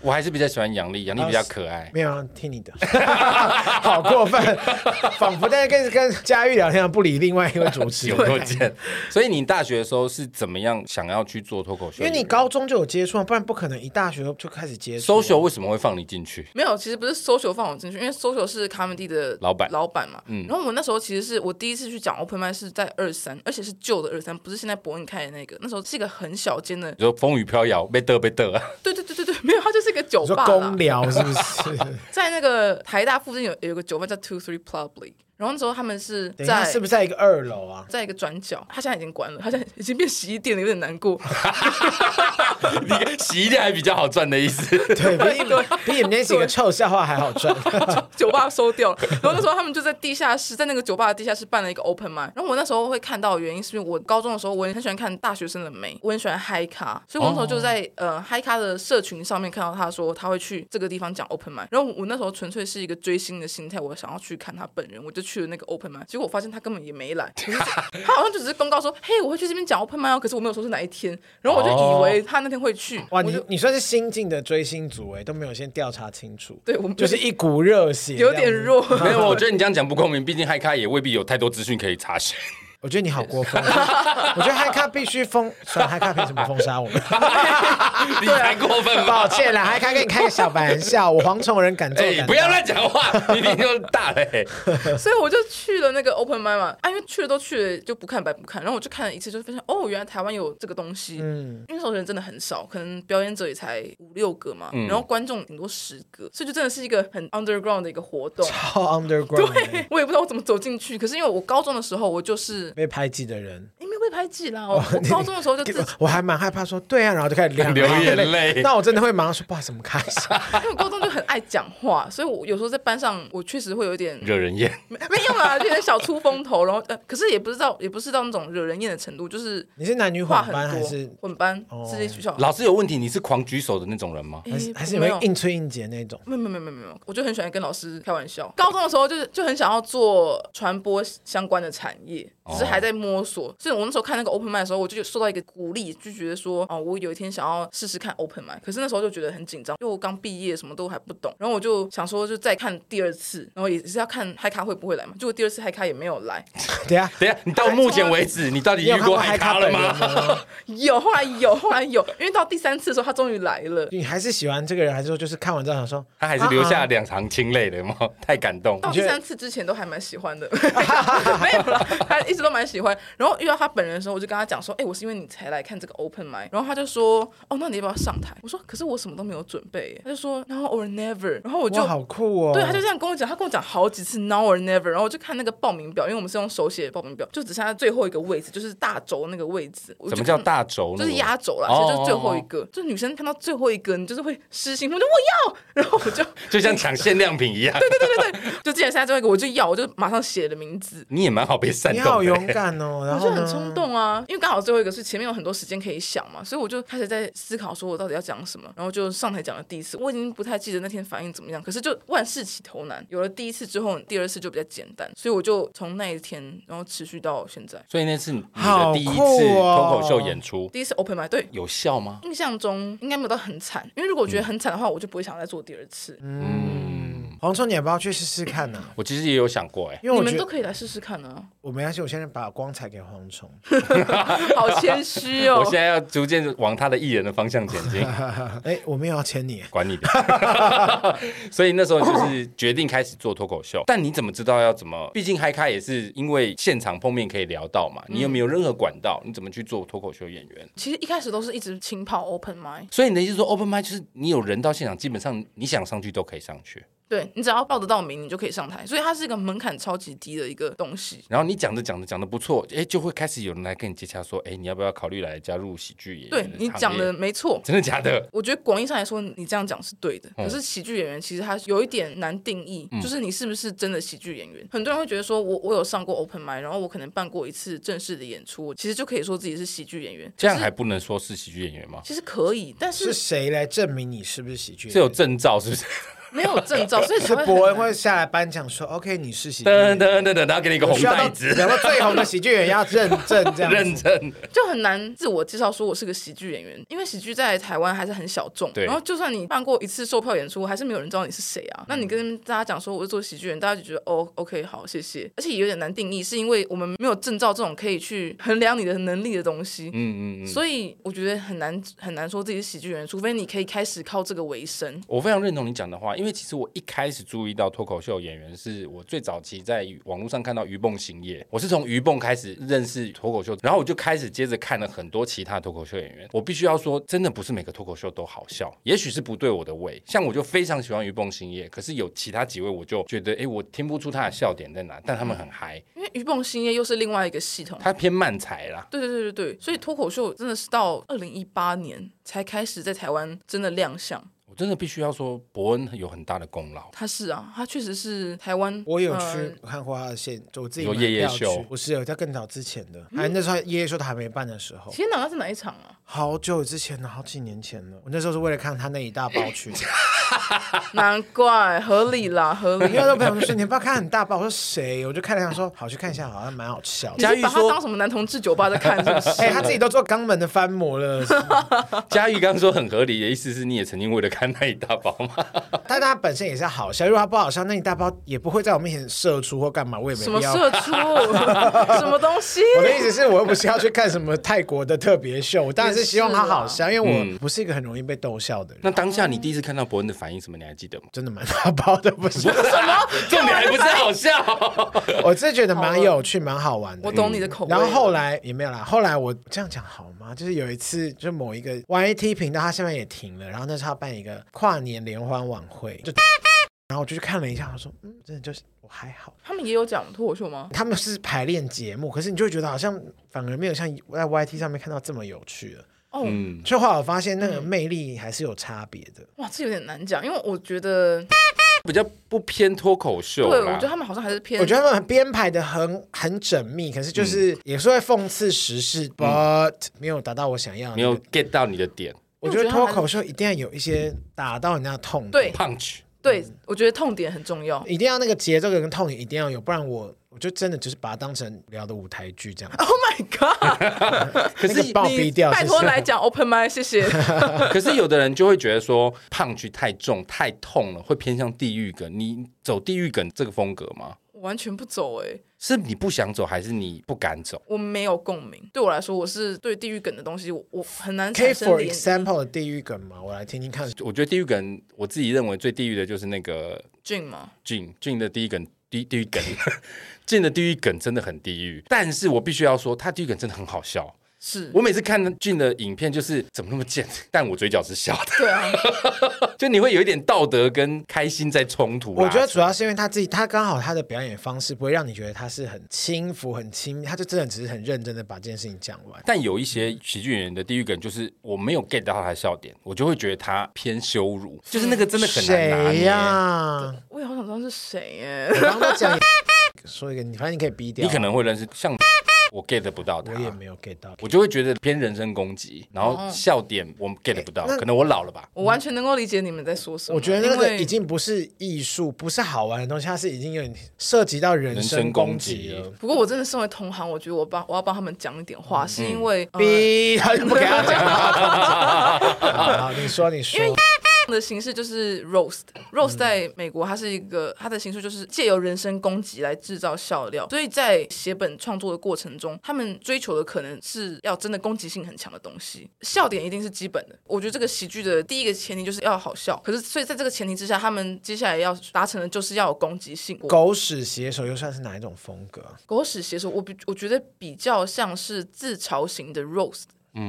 Speaker 3: 我还是比较喜欢杨丽，杨丽比较可
Speaker 1: (laughs)
Speaker 3: 爱。
Speaker 1: 没有要听你的，好过分，仿佛在跟跟佳玉聊天不理另外一位主持
Speaker 3: 有 (laughs)
Speaker 1: 人。
Speaker 3: 多见，所以你大学的时候是怎么样想要去做脱口秀
Speaker 1: 因
Speaker 3: 演
Speaker 1: 为
Speaker 3: 员？
Speaker 1: 你高中就有接触啊，不然不可能一大学就开始接触啊。
Speaker 3: social 为什么会放你进去？
Speaker 2: 没有，其实不是 social 放我进去，因为 social 是 comedy 的
Speaker 3: 老板
Speaker 2: 老板嘛。
Speaker 1: 嗯
Speaker 2: 然后我那时候其实是我第一次去讲 open mic 是在二三，而且是旧的二三，不是现在伯恩开的那个。那时候是一个很小间
Speaker 1: (laughs)
Speaker 2: 的，
Speaker 3: 你说风雨飘摇，被得被得，啊
Speaker 2: 对对对对对，没有，它就是一个酒
Speaker 1: 你说
Speaker 2: 吧啦
Speaker 1: 公。聊是不是？
Speaker 2: 在那个台大附近有有个酒吧叫 Two Three Public，然后那时候他们是
Speaker 1: 等一下
Speaker 2: 在
Speaker 1: 是不是在一个二楼啊？
Speaker 2: 在一个转角，他现在已经关了，他现在已经变洗衣店了，有点难过。
Speaker 3: (laughs) 你洗衣店还比较好赚的意
Speaker 1: (laughs)
Speaker 3: 思。
Speaker 1: 对，比你们比你们那几个臭笑话还好赚。
Speaker 2: 酒吧收掉了。然后那时候他们就在地下室，在那个酒吧的地下室办了一个 open mic。然后我那时候会看到的原因，是因为我高中的时候我也很喜欢看大学生的美，我很喜欢嗨咖，所以我那时候就在、
Speaker 1: 哦
Speaker 2: 呃嗨咖的社群上面看到他说他会去这个地方讲 open mic。然后我那时候纯粹是一个追星的心态，我想要去看他本人，我就去了那个 open mic。结果我发现他根本也
Speaker 1: (laughs)
Speaker 2: 没来，我就他好像就只是公告说，嘿，我会去这边讲 open mic，哦可是我没有说是哪一天。然后我就以为他那天会去，
Speaker 1: 哦哇，
Speaker 2: 我
Speaker 1: 你
Speaker 2: 就
Speaker 1: 你算是新进的追星族哎，都没有先调查清楚。
Speaker 2: 对我们
Speaker 1: 就是一股热血，
Speaker 2: 有点。弱。
Speaker 3: 没有，我觉得你这样讲不公平，毕竟嗨咖也未必有太多资讯可以
Speaker 1: (laughs)
Speaker 3: 查询。
Speaker 1: 我觉得你好过分，啊 (laughs) 我觉得嗨咖必须封，算了，嗨咖凭什么封杀我们？ (laughs)
Speaker 3: 你才过分吧？
Speaker 1: 抱歉啦，嗨咖跟你开个小玩笑，我蝗虫人敢做
Speaker 3: 哎、
Speaker 1: 敢当
Speaker 3: 不要乱讲话，你你就大哎嘞、
Speaker 2: 所以我就去了那个 open mic 嘛，啊，因为去了都去了，就不看白不看。然后我就看了一次，就发现哦，原来台湾有这个东西。嗯，因为那时候人真的很少，可能表演者也才五六个嘛，然后观众顶多十个，所以就真的是一个很 underground 的一个活动。
Speaker 1: 好 underground，欸
Speaker 2: 对， (laughs) 我也不知道我怎么走进去，可是因为我高中的时候，我就是
Speaker 1: 被排挤的人。
Speaker 2: 因为被排挤 (laughs) 啦。我我高中的时候就自己，
Speaker 1: 我还蛮害怕说对啊，然后就开始流
Speaker 3: 流眼泪
Speaker 1: (laughs) 那我真的会马上说不好意思，我们开始。
Speaker 2: 因为我高中就很爱讲话，所以我有时候在班上，我确实会有一点
Speaker 3: 惹人厌。
Speaker 1: 嗯
Speaker 2: 没没用啊，就有点小出风头。然后呃，可是也不知道，也不是到那种惹人厌的程度，就是
Speaker 1: 你是男女
Speaker 2: 话
Speaker 1: 混
Speaker 2: 很
Speaker 1: 班还
Speaker 2: 多
Speaker 1: 是，哦
Speaker 2: 混班私立学校。
Speaker 3: 老师有问题，你是狂举手的那种人吗？
Speaker 2: 诶
Speaker 1: 还是还是你
Speaker 2: 没
Speaker 1: 会
Speaker 2: 有。
Speaker 1: 硬吹硬结那种？
Speaker 2: 没有没有没有没有没有，我就很喜欢跟老师开玩
Speaker 1: 哦
Speaker 2: 笑。高中的时候就是就很想要做传播相关的产业，
Speaker 1: 哦
Speaker 2: 只是还在摸索。所以我那时候看那个 open mic 的时候，我就有受到一个鼓励，就觉得说哦，我有一天想要试试看 open mic。可是那时候就觉得很紧张，因为我刚毕业，什么都还不懂。然后我就想说，就再看第二次，然后也是要看嗨咖会不会来嘛。结果第二次嗨咖也没有来，
Speaker 1: 等一下，
Speaker 3: 等一下，你到目前为止，你到底
Speaker 1: 你有
Speaker 3: 遇
Speaker 1: 看过
Speaker 3: 过
Speaker 1: 嗨
Speaker 3: 嗨
Speaker 1: 咖
Speaker 3: 咖
Speaker 1: 本
Speaker 3: 了
Speaker 1: 人
Speaker 3: 吗？
Speaker 1: 吗？
Speaker 2: 有后来有后来有，因为到第三次的时候他终于来了。
Speaker 1: 你还是喜欢这个人，还是说就是看完之后想说啊
Speaker 3: 他还是留下两行清泪的吗？
Speaker 1: 嗯
Speaker 3: 太感
Speaker 1: 哦
Speaker 3: 动。
Speaker 2: (laughs) 到第三次之前都还蛮喜欢的，没有啦，他一直都蛮喜欢。然后遇到他本人人的时候，我就跟他讲说，哎、我是因为你才来看这个 open m i 然后他就说，哦，那你要不要上台？我说，可是我什么都没有准备耶。他就说，Now or never。然后我就
Speaker 1: 哇，好酷哦！
Speaker 2: 对，他就这样跟我讲，他跟我讲好几次 now or never，然后我就看那个报名表，因为我们是用手写的报名表，就只剩下最后一个位置，就是大轴那个位置。我就
Speaker 3: 什么叫
Speaker 2: 看？
Speaker 3: 大轴呢？
Speaker 2: 就是压轴啦，
Speaker 3: 哦
Speaker 2: 所以就是最后一个。就女生看到最后一个，你就是会失心疯，就我要，然后我就
Speaker 3: 就像抢限量品一样。
Speaker 2: 就之前下最后一个，我就要，我就马上写了名字。
Speaker 3: 你也蛮好被煽
Speaker 1: 你
Speaker 3: 动
Speaker 1: 好
Speaker 3: 的
Speaker 1: 勇
Speaker 3: 欸。
Speaker 1: 敢哦，然
Speaker 2: 我
Speaker 1: 后
Speaker 2: 就
Speaker 1: 呢
Speaker 2: 很冲，动啊，因为刚好最后一个是前面有很多时间可以想嘛，所以我就开始在思考说我到底要讲什么，然后就上台讲了第一次，我已经不太记得那天反应怎么样，可是就万事起头难，有了第一次之后，第二次就比较简单，所以我就从那一天，然后持续到现在，
Speaker 3: 所以那是你的
Speaker 1: 好
Speaker 3: 第一
Speaker 1: 酷
Speaker 3: 次脱
Speaker 1: 哦
Speaker 3: 口秀演出，
Speaker 2: 第一次 open m i 对。
Speaker 3: 有效吗？
Speaker 2: 印象中应该没有到很惨，因为如果我觉得很惨的话，我就不会想要再做第二次。
Speaker 1: 嗯黄聪，你要不要去试试看
Speaker 2: (laughs)
Speaker 1: 呢、
Speaker 3: 我其实也有想过，哎，
Speaker 1: 因为
Speaker 2: 你
Speaker 1: 我
Speaker 2: 们
Speaker 1: 觉
Speaker 2: 都
Speaker 1: 得
Speaker 2: 可以来试试看啊！ (laughs)
Speaker 1: 我没关系，我现在把光彩给黄虫。
Speaker 2: 好谦虚哦
Speaker 3: 我。现在要逐渐往他的艺人的方向前进，
Speaker 1: (laughs) 哎，我没有要签你，
Speaker 3: 管你的。 (laughs) 所以那时候就是决定开始做脱口秀，但你怎么知道要怎么？毕竟嗨咖也是因为现场碰面可以聊到
Speaker 2: 嗯
Speaker 3: 嘛，你有没有任何管道？你怎么去做脱口秀演员？
Speaker 2: 其实一开始都是一直轻跑 open m i
Speaker 3: 所以你的意思是说，open mic 就是你有人到现场，基本上你想上去都可以上去。
Speaker 2: 对你只要报得到名，你就可以上台，所以它是一个门槛超级低的一个东西。
Speaker 3: 然后你讲着讲着讲的不错，哎，就会开始有人来跟你接洽说，哎，你要不要考虑来加入喜剧演员？
Speaker 2: 对你讲的，没错。
Speaker 3: 真的假的？
Speaker 2: 我觉得广义上来说，你这样讲是对的。
Speaker 3: 嗯
Speaker 2: 可是喜剧演员其实他有一点难定义，就是你是不是真的喜剧演员？很多人会觉得说我我有上过 open m i 然后我可能办过一次正式的演出，我其实就可以说自己是喜剧演员。
Speaker 3: 这样
Speaker 2: 可是
Speaker 3: 还不能说是喜剧演员吗？
Speaker 2: 其实可以，但
Speaker 1: 是
Speaker 2: 是
Speaker 1: 谁来证明你是不是喜剧演员？
Speaker 3: 是有证照是不是？
Speaker 2: 没有证照，所以才
Speaker 1: 是
Speaker 2: 会
Speaker 1: 伯
Speaker 2: 很
Speaker 1: 恩
Speaker 2: 难
Speaker 1: 会下来颁奖说：“OK，你是喜剧演
Speaker 3: 噔
Speaker 1: 员。
Speaker 3: 噔噔噔，然后给你一个
Speaker 1: 我
Speaker 3: 红
Speaker 1: 需要到
Speaker 3: 袋子，
Speaker 1: 然后最红的喜剧演员要认证这样
Speaker 3: (laughs) 认
Speaker 1: 子。
Speaker 3: 真。
Speaker 2: 就很难自我介绍说我是个喜剧演员，因为喜剧在台湾还是很小众。
Speaker 3: 对
Speaker 2: 然后就算你办过一次售票演出，还是没有人知道你是谁
Speaker 3: 嗯
Speaker 2: 啊。那你跟大家讲说我是做喜剧人，大家就觉得哦，OK，好，谢谢。而且也有点难定义，是因为我们没有证照这种可以去衡量你的能力的东西。
Speaker 3: 嗯嗯嗯，
Speaker 2: 所以我觉得很难很难说自己是喜剧人，除非你可以开始靠这个为生。
Speaker 3: 我非常认同你讲的话，因为其实我一开始注意到脱口秀演员，是我最早期在网络上看到于蹦行业，我是从于蹦开始认识脱口秀，然后我就开始接着看了很多其他脱口秀演员。我必须要说，真的不是每个脱口秀都好笑，也许是不对我的胃。像我就非常喜欢于蹦行业，可是有其他几位我就觉得，哎，我听不出他的笑点在哪，但他们很嗨，
Speaker 2: 因为鱼蹦兴业又是另外一个系统，
Speaker 3: 他偏慢才啦。
Speaker 2: 对对对对对，所以脱口秀真的是到二零一八年才开始在台湾真的亮相。
Speaker 3: 我真的必须要说，伯恩有很大的功劳。
Speaker 2: 他是啊，他确实是台湾。
Speaker 1: 我有去
Speaker 2: 呃
Speaker 1: 看过他的现，我自己
Speaker 3: 有
Speaker 1: 买
Speaker 3: 夜夜
Speaker 1: 票去
Speaker 3: 秀
Speaker 1: 不是有在更早之前的，还那时候夜夜秀他还没办的时候，
Speaker 2: 天哪，那是哪一场
Speaker 1: (laughs)
Speaker 2: 啊？
Speaker 1: 好久之前了，好几年前了。我那时候是为了看他那一大包去的，
Speaker 2: 难怪，合理啦，合
Speaker 1: 因
Speaker 2: 理
Speaker 1: 为。我朋友说你要不要看很大包，我说谁？我就看了想说好去看一下，好像蛮好笑
Speaker 2: 你
Speaker 1: 的。
Speaker 3: 佳
Speaker 2: 是
Speaker 3: 玉
Speaker 2: 把他
Speaker 3: 说
Speaker 2: 当什么男同志酒吧在看，是不
Speaker 1: (laughs)
Speaker 2: 是？
Speaker 1: 哎、他自己都做肛门的翻模了，
Speaker 3: 佳玉刚刚说很合理的意思是，你也曾经为了看那一大包吗？
Speaker 1: 但他本身也是好笑。如果他不好笑，那一大包也不会在我面前射出或干嘛，我也没
Speaker 2: 什么
Speaker 1: 必要。
Speaker 2: 社畜？ (laughs) 什么东西？
Speaker 1: (laughs) 我的意思是我又不是要去看什么泰国的特别秀，我当然是希望他好笑，因为
Speaker 2: 嗯
Speaker 1: 我不是一个很容易被逗笑的人。
Speaker 3: 那当下你第一次看到伯恩的反应什么？你还记得吗？
Speaker 1: 真的蛮大包的，不是？
Speaker 3: 重点还不是好笑，
Speaker 2: (laughs)
Speaker 1: 我真的觉得蛮有趣、蛮好玩的
Speaker 2: 我。懂你的口味。
Speaker 1: 然后后，来也没有啦，后来我这样讲好吗？就是有一次，就某一个 YT 频道，它现在也停了，然后那时候他办一个跨年联欢晚会，就，然后我就去看了一下，我说，嗯，真的就是我还好。
Speaker 2: 他们也有讲脱口秀吗？
Speaker 1: 他们是排练节目，可是你就会觉得好像反而没有像在 YT 上面看到这么有趣了。
Speaker 2: 哦，
Speaker 3: 嗯，
Speaker 1: 所以后来我发现那个魅力还是有差别的。
Speaker 2: 哇，这有点难讲，因为我觉得，
Speaker 3: 比较不偏脱口秀
Speaker 2: 对，我
Speaker 3: 啦
Speaker 2: 觉得。他们好像还是偏。
Speaker 1: 我觉得他们编排的很很缜密，可是就是
Speaker 3: 嗯
Speaker 1: 也是会讽刺时事、b u t 没有达到我想要的。
Speaker 3: 没有 get 到你的点
Speaker 1: 我觉得脱口秀一定要有一些打到人家的痛，，
Speaker 2: 对
Speaker 3: ，punch，
Speaker 2: 对，我觉得痛点很重要。
Speaker 1: 一定要那个节奏跟痛点一定要有，不然我我就真的只是把它当成无聊的舞台剧这样。
Speaker 2: Oh my
Speaker 1: (laughs)
Speaker 2: god！
Speaker 3: 可
Speaker 1: 那
Speaker 3: 是
Speaker 1: 个爆
Speaker 2: 你
Speaker 1: 逼掉，
Speaker 2: 拜托
Speaker 1: 是不是
Speaker 2: 来讲 open mic，谢 (laughs) 谢。
Speaker 3: 可是有的人就会觉得说 punch 太重太痛了，会偏向地狱梗。你走地狱梗这个风格吗？
Speaker 2: 我完全不走哎、
Speaker 3: 是你不想走，还是你不敢走？
Speaker 2: 我没有共鸣。对我来说，我是对地狱梗的东西，我我很难
Speaker 1: 可以
Speaker 2: 产生
Speaker 1: for
Speaker 2: 联系。
Speaker 1: example 的嗯地狱梗吗？我来听听看。
Speaker 3: 我觉得地狱梗，我自己认为最地狱的就是那个
Speaker 2: Jun 吗？
Speaker 3: Jun Jun 的第一梗地地狱梗， (laughs) 进的地狱梗真的很地狱，但是我必须要说，他地狱梗真的很好笑。
Speaker 2: 是
Speaker 3: 我每次看俊的影片，就是怎么那么贱，但我嘴角是笑的，
Speaker 2: 对啊，
Speaker 3: (laughs) 就你会有一点道德跟开心在冲突啦。
Speaker 1: 我觉得主要是因为他自己，他刚好他的表演方式不会让你觉得他是很轻浮、很轻，他就真的只是很认真的把这件事情讲完。
Speaker 3: 但有一些喜剧演员的地狱梗，就是我没有 get 到他的笑点，我就会觉得他偏羞辱，就是那个真的很难拿
Speaker 1: 谁
Speaker 3: 捏。
Speaker 1: 呀、
Speaker 3: (laughs)
Speaker 2: 我也好想知道是谁耶。
Speaker 1: 我刚刚在讲，说一个，你反正你可以逼掉，
Speaker 3: 你可能会认识，像我 get 不到他
Speaker 1: 我，也没有哦 get 到。
Speaker 3: 我就会觉得偏人身攻击，然后笑点我 get 不到，可能我老了吧。
Speaker 2: 我完全能够理解你们在说什么。
Speaker 1: 嗯我觉得那
Speaker 2: 因
Speaker 1: 个
Speaker 2: 为
Speaker 1: 已经不是艺术，不是好玩的东西，它是已经有点涉及到人身攻击
Speaker 3: 人身
Speaker 1: 了。
Speaker 2: 不过我真的身为同行，我觉得我帮我要帮他们讲一点话，
Speaker 1: 嗯
Speaker 2: 是因为、呃、
Speaker 1: 逼他就不给他讲话。好，你说，你说，
Speaker 2: 的形式就是 roast。roast
Speaker 1: 嗯
Speaker 2: 在美国，它是一个它的形式就是借由人身攻击来制造笑料，所以在写本创作的过程中，他们追求的可能是要真的攻击性很强的东西，笑点一定是基本的。我觉得这个喜剧的第一个前提就是要好笑，可是所以在这个前提之下，他们接下来要达成的就是要有攻击性。
Speaker 1: 狗屎写手又算是哪一种风格？
Speaker 2: 狗屎写手，我比我觉得比较像是自嘲型的 roast。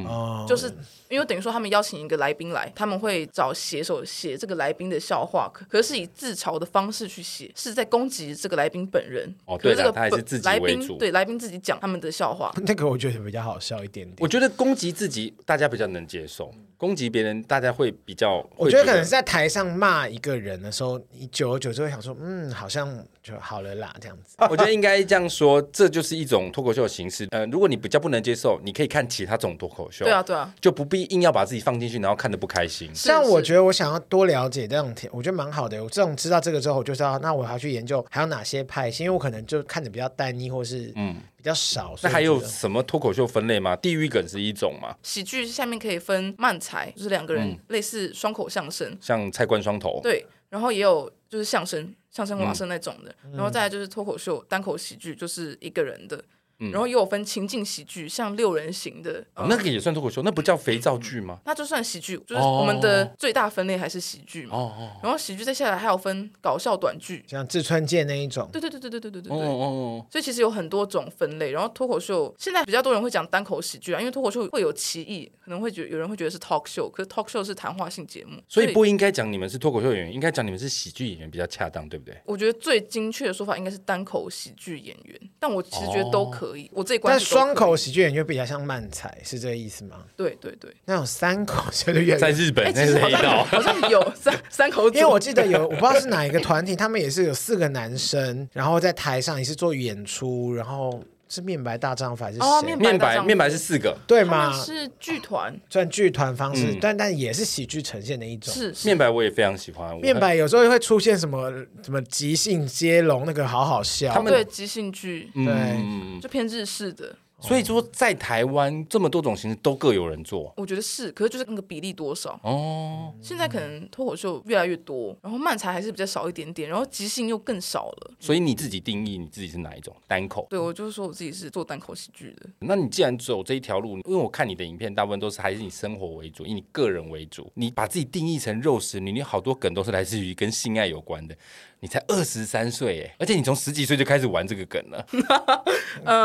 Speaker 1: 哦，
Speaker 2: 就是因为等于说他们邀请一个来宾来，他们会找写手写这个来宾的笑话，可可是以自嘲的方式去写，是在攻击这个来宾本人。
Speaker 3: 哦
Speaker 2: 可
Speaker 3: 对
Speaker 2: 是
Speaker 3: 啦
Speaker 2: 这个
Speaker 3: 他还是
Speaker 2: 本
Speaker 3: 自己
Speaker 2: 来
Speaker 3: 为
Speaker 2: 宾
Speaker 3: 主
Speaker 2: 对来宾自己讲他们的笑话。
Speaker 1: 那个，我觉得比较好笑一点点。
Speaker 3: 我觉得攻击自己大家比较能接受，攻击别人大家会比较。
Speaker 1: 我觉得可能是在台上骂一个人的时候，你久而久之会想说，嗯，好像就好了啦，这样子。
Speaker 3: (laughs) 我觉得应该这样说，这就是一种脱口秀的形式。呃，如果你比较不能接受，你可以看其他种脱口秀，
Speaker 2: 对啊，对啊，
Speaker 3: 就不必硬要把自己放进去，然后看得不开心。
Speaker 2: 是
Speaker 1: 但我
Speaker 2: 是
Speaker 1: 觉得我想要多了解这种题，我觉得蛮好的。我这种知道这个之后，我就知道那我还要去研究还有哪些派系，因为我可能就看的比较单一，或是嗯比较少。所
Speaker 3: 那
Speaker 1: 以
Speaker 3: 还
Speaker 1: 我
Speaker 3: 有
Speaker 1: 觉得
Speaker 3: 什么脱口秀分类吗？地狱梗是一种嘛，
Speaker 2: 喜剧下面可以分慢才，就是两个人
Speaker 3: 嗯
Speaker 2: 类似双口相声，
Speaker 3: 像菜冠双头，
Speaker 2: 对，然后也有就是相声、相声、瓦声
Speaker 3: 嗯
Speaker 2: 那种的，然后再来就是脱口秀、单口喜剧，就是一个人的，然后也有分情境喜剧，像六人行的，
Speaker 3: 嗯哦
Speaker 2: 呃
Speaker 3: 那个也算脱口秀，那不叫肥皂剧吗？
Speaker 2: 那就算喜剧，就是
Speaker 3: 哦
Speaker 2: 我们的最大分类还是喜剧嘛。
Speaker 3: 哦哦
Speaker 2: 然后喜剧再下来还有分搞笑短剧，
Speaker 1: 像志村健那一种，
Speaker 2: 对对对对对对对对
Speaker 3: 哦
Speaker 2: 对。
Speaker 3: 哦
Speaker 2: 所以其实有很多种分类，然后脱口秀现在比较多人会讲单口喜剧啊，因为脱口秀会有歧义，可能会觉得有人会觉得是 talk show，可是 talk show 是谈话性节目，
Speaker 3: 所以不应该讲你们是脱口秀演员，应该讲你们是喜剧演员比较恰当，对不对？
Speaker 2: 我觉得最精确的说法应该是单口喜剧演员，但我其实觉得都可以，我这一关
Speaker 1: 但
Speaker 2: 系都可以
Speaker 1: 双口喜剧演员就比较像漫才，是这个意思吗？
Speaker 2: 对对对，
Speaker 1: 那种三口喜剧演
Speaker 3: 在
Speaker 1: 员，
Speaker 3: 日
Speaker 2: 哎、
Speaker 3: 本
Speaker 2: 其
Speaker 3: 那
Speaker 2: 实
Speaker 3: 是
Speaker 2: 好
Speaker 3: 黑道
Speaker 2: 像，好像有三
Speaker 1: (laughs)
Speaker 2: 三口组，
Speaker 1: 因为我记得有，我不知道是哪一个团体，他们也是有四个男生，然后在台上也是做演出，然后是面白大丈夫还是谁？
Speaker 2: 哦面
Speaker 3: 面
Speaker 2: 白
Speaker 3: 白
Speaker 2: 大
Speaker 3: 面白是四个，
Speaker 1: 对
Speaker 2: 他
Speaker 1: 吗
Speaker 2: 们？是剧团，
Speaker 1: 算剧团方式，
Speaker 3: 嗯
Speaker 1: 但但也是喜剧呈现的一种。
Speaker 2: 是是
Speaker 3: 面白我也非常喜欢，我
Speaker 1: 面白有时候会出现什么什么即兴接龙，那个好好笑。哦
Speaker 3: 他们
Speaker 2: 对即兴剧，
Speaker 3: 嗯
Speaker 1: 对
Speaker 3: 嗯嗯嗯
Speaker 2: 就偏日式的，
Speaker 3: 所以说在台湾这么多种形式都各有人做
Speaker 2: 我觉得是，可是就是那个比例多少，
Speaker 3: 哦。
Speaker 1: 嗯
Speaker 2: 现在可能脱口秀越来越多，然后漫才还是比较少一点点，然后即兴又更少了。
Speaker 3: 所以你自己定义你自己是哪一种单口？
Speaker 2: 对，我就是说我自己是做单口喜剧的，
Speaker 3: 那你既然走这一条路，因为我看你的影片，大部分都是还是以生活为主，以你个人为主。你把自己定义成肉食女，你好多梗都是来自于跟性爱有关的。你才二十三岁耶，而且你从十几岁就开始玩这个梗 (laughs) 了。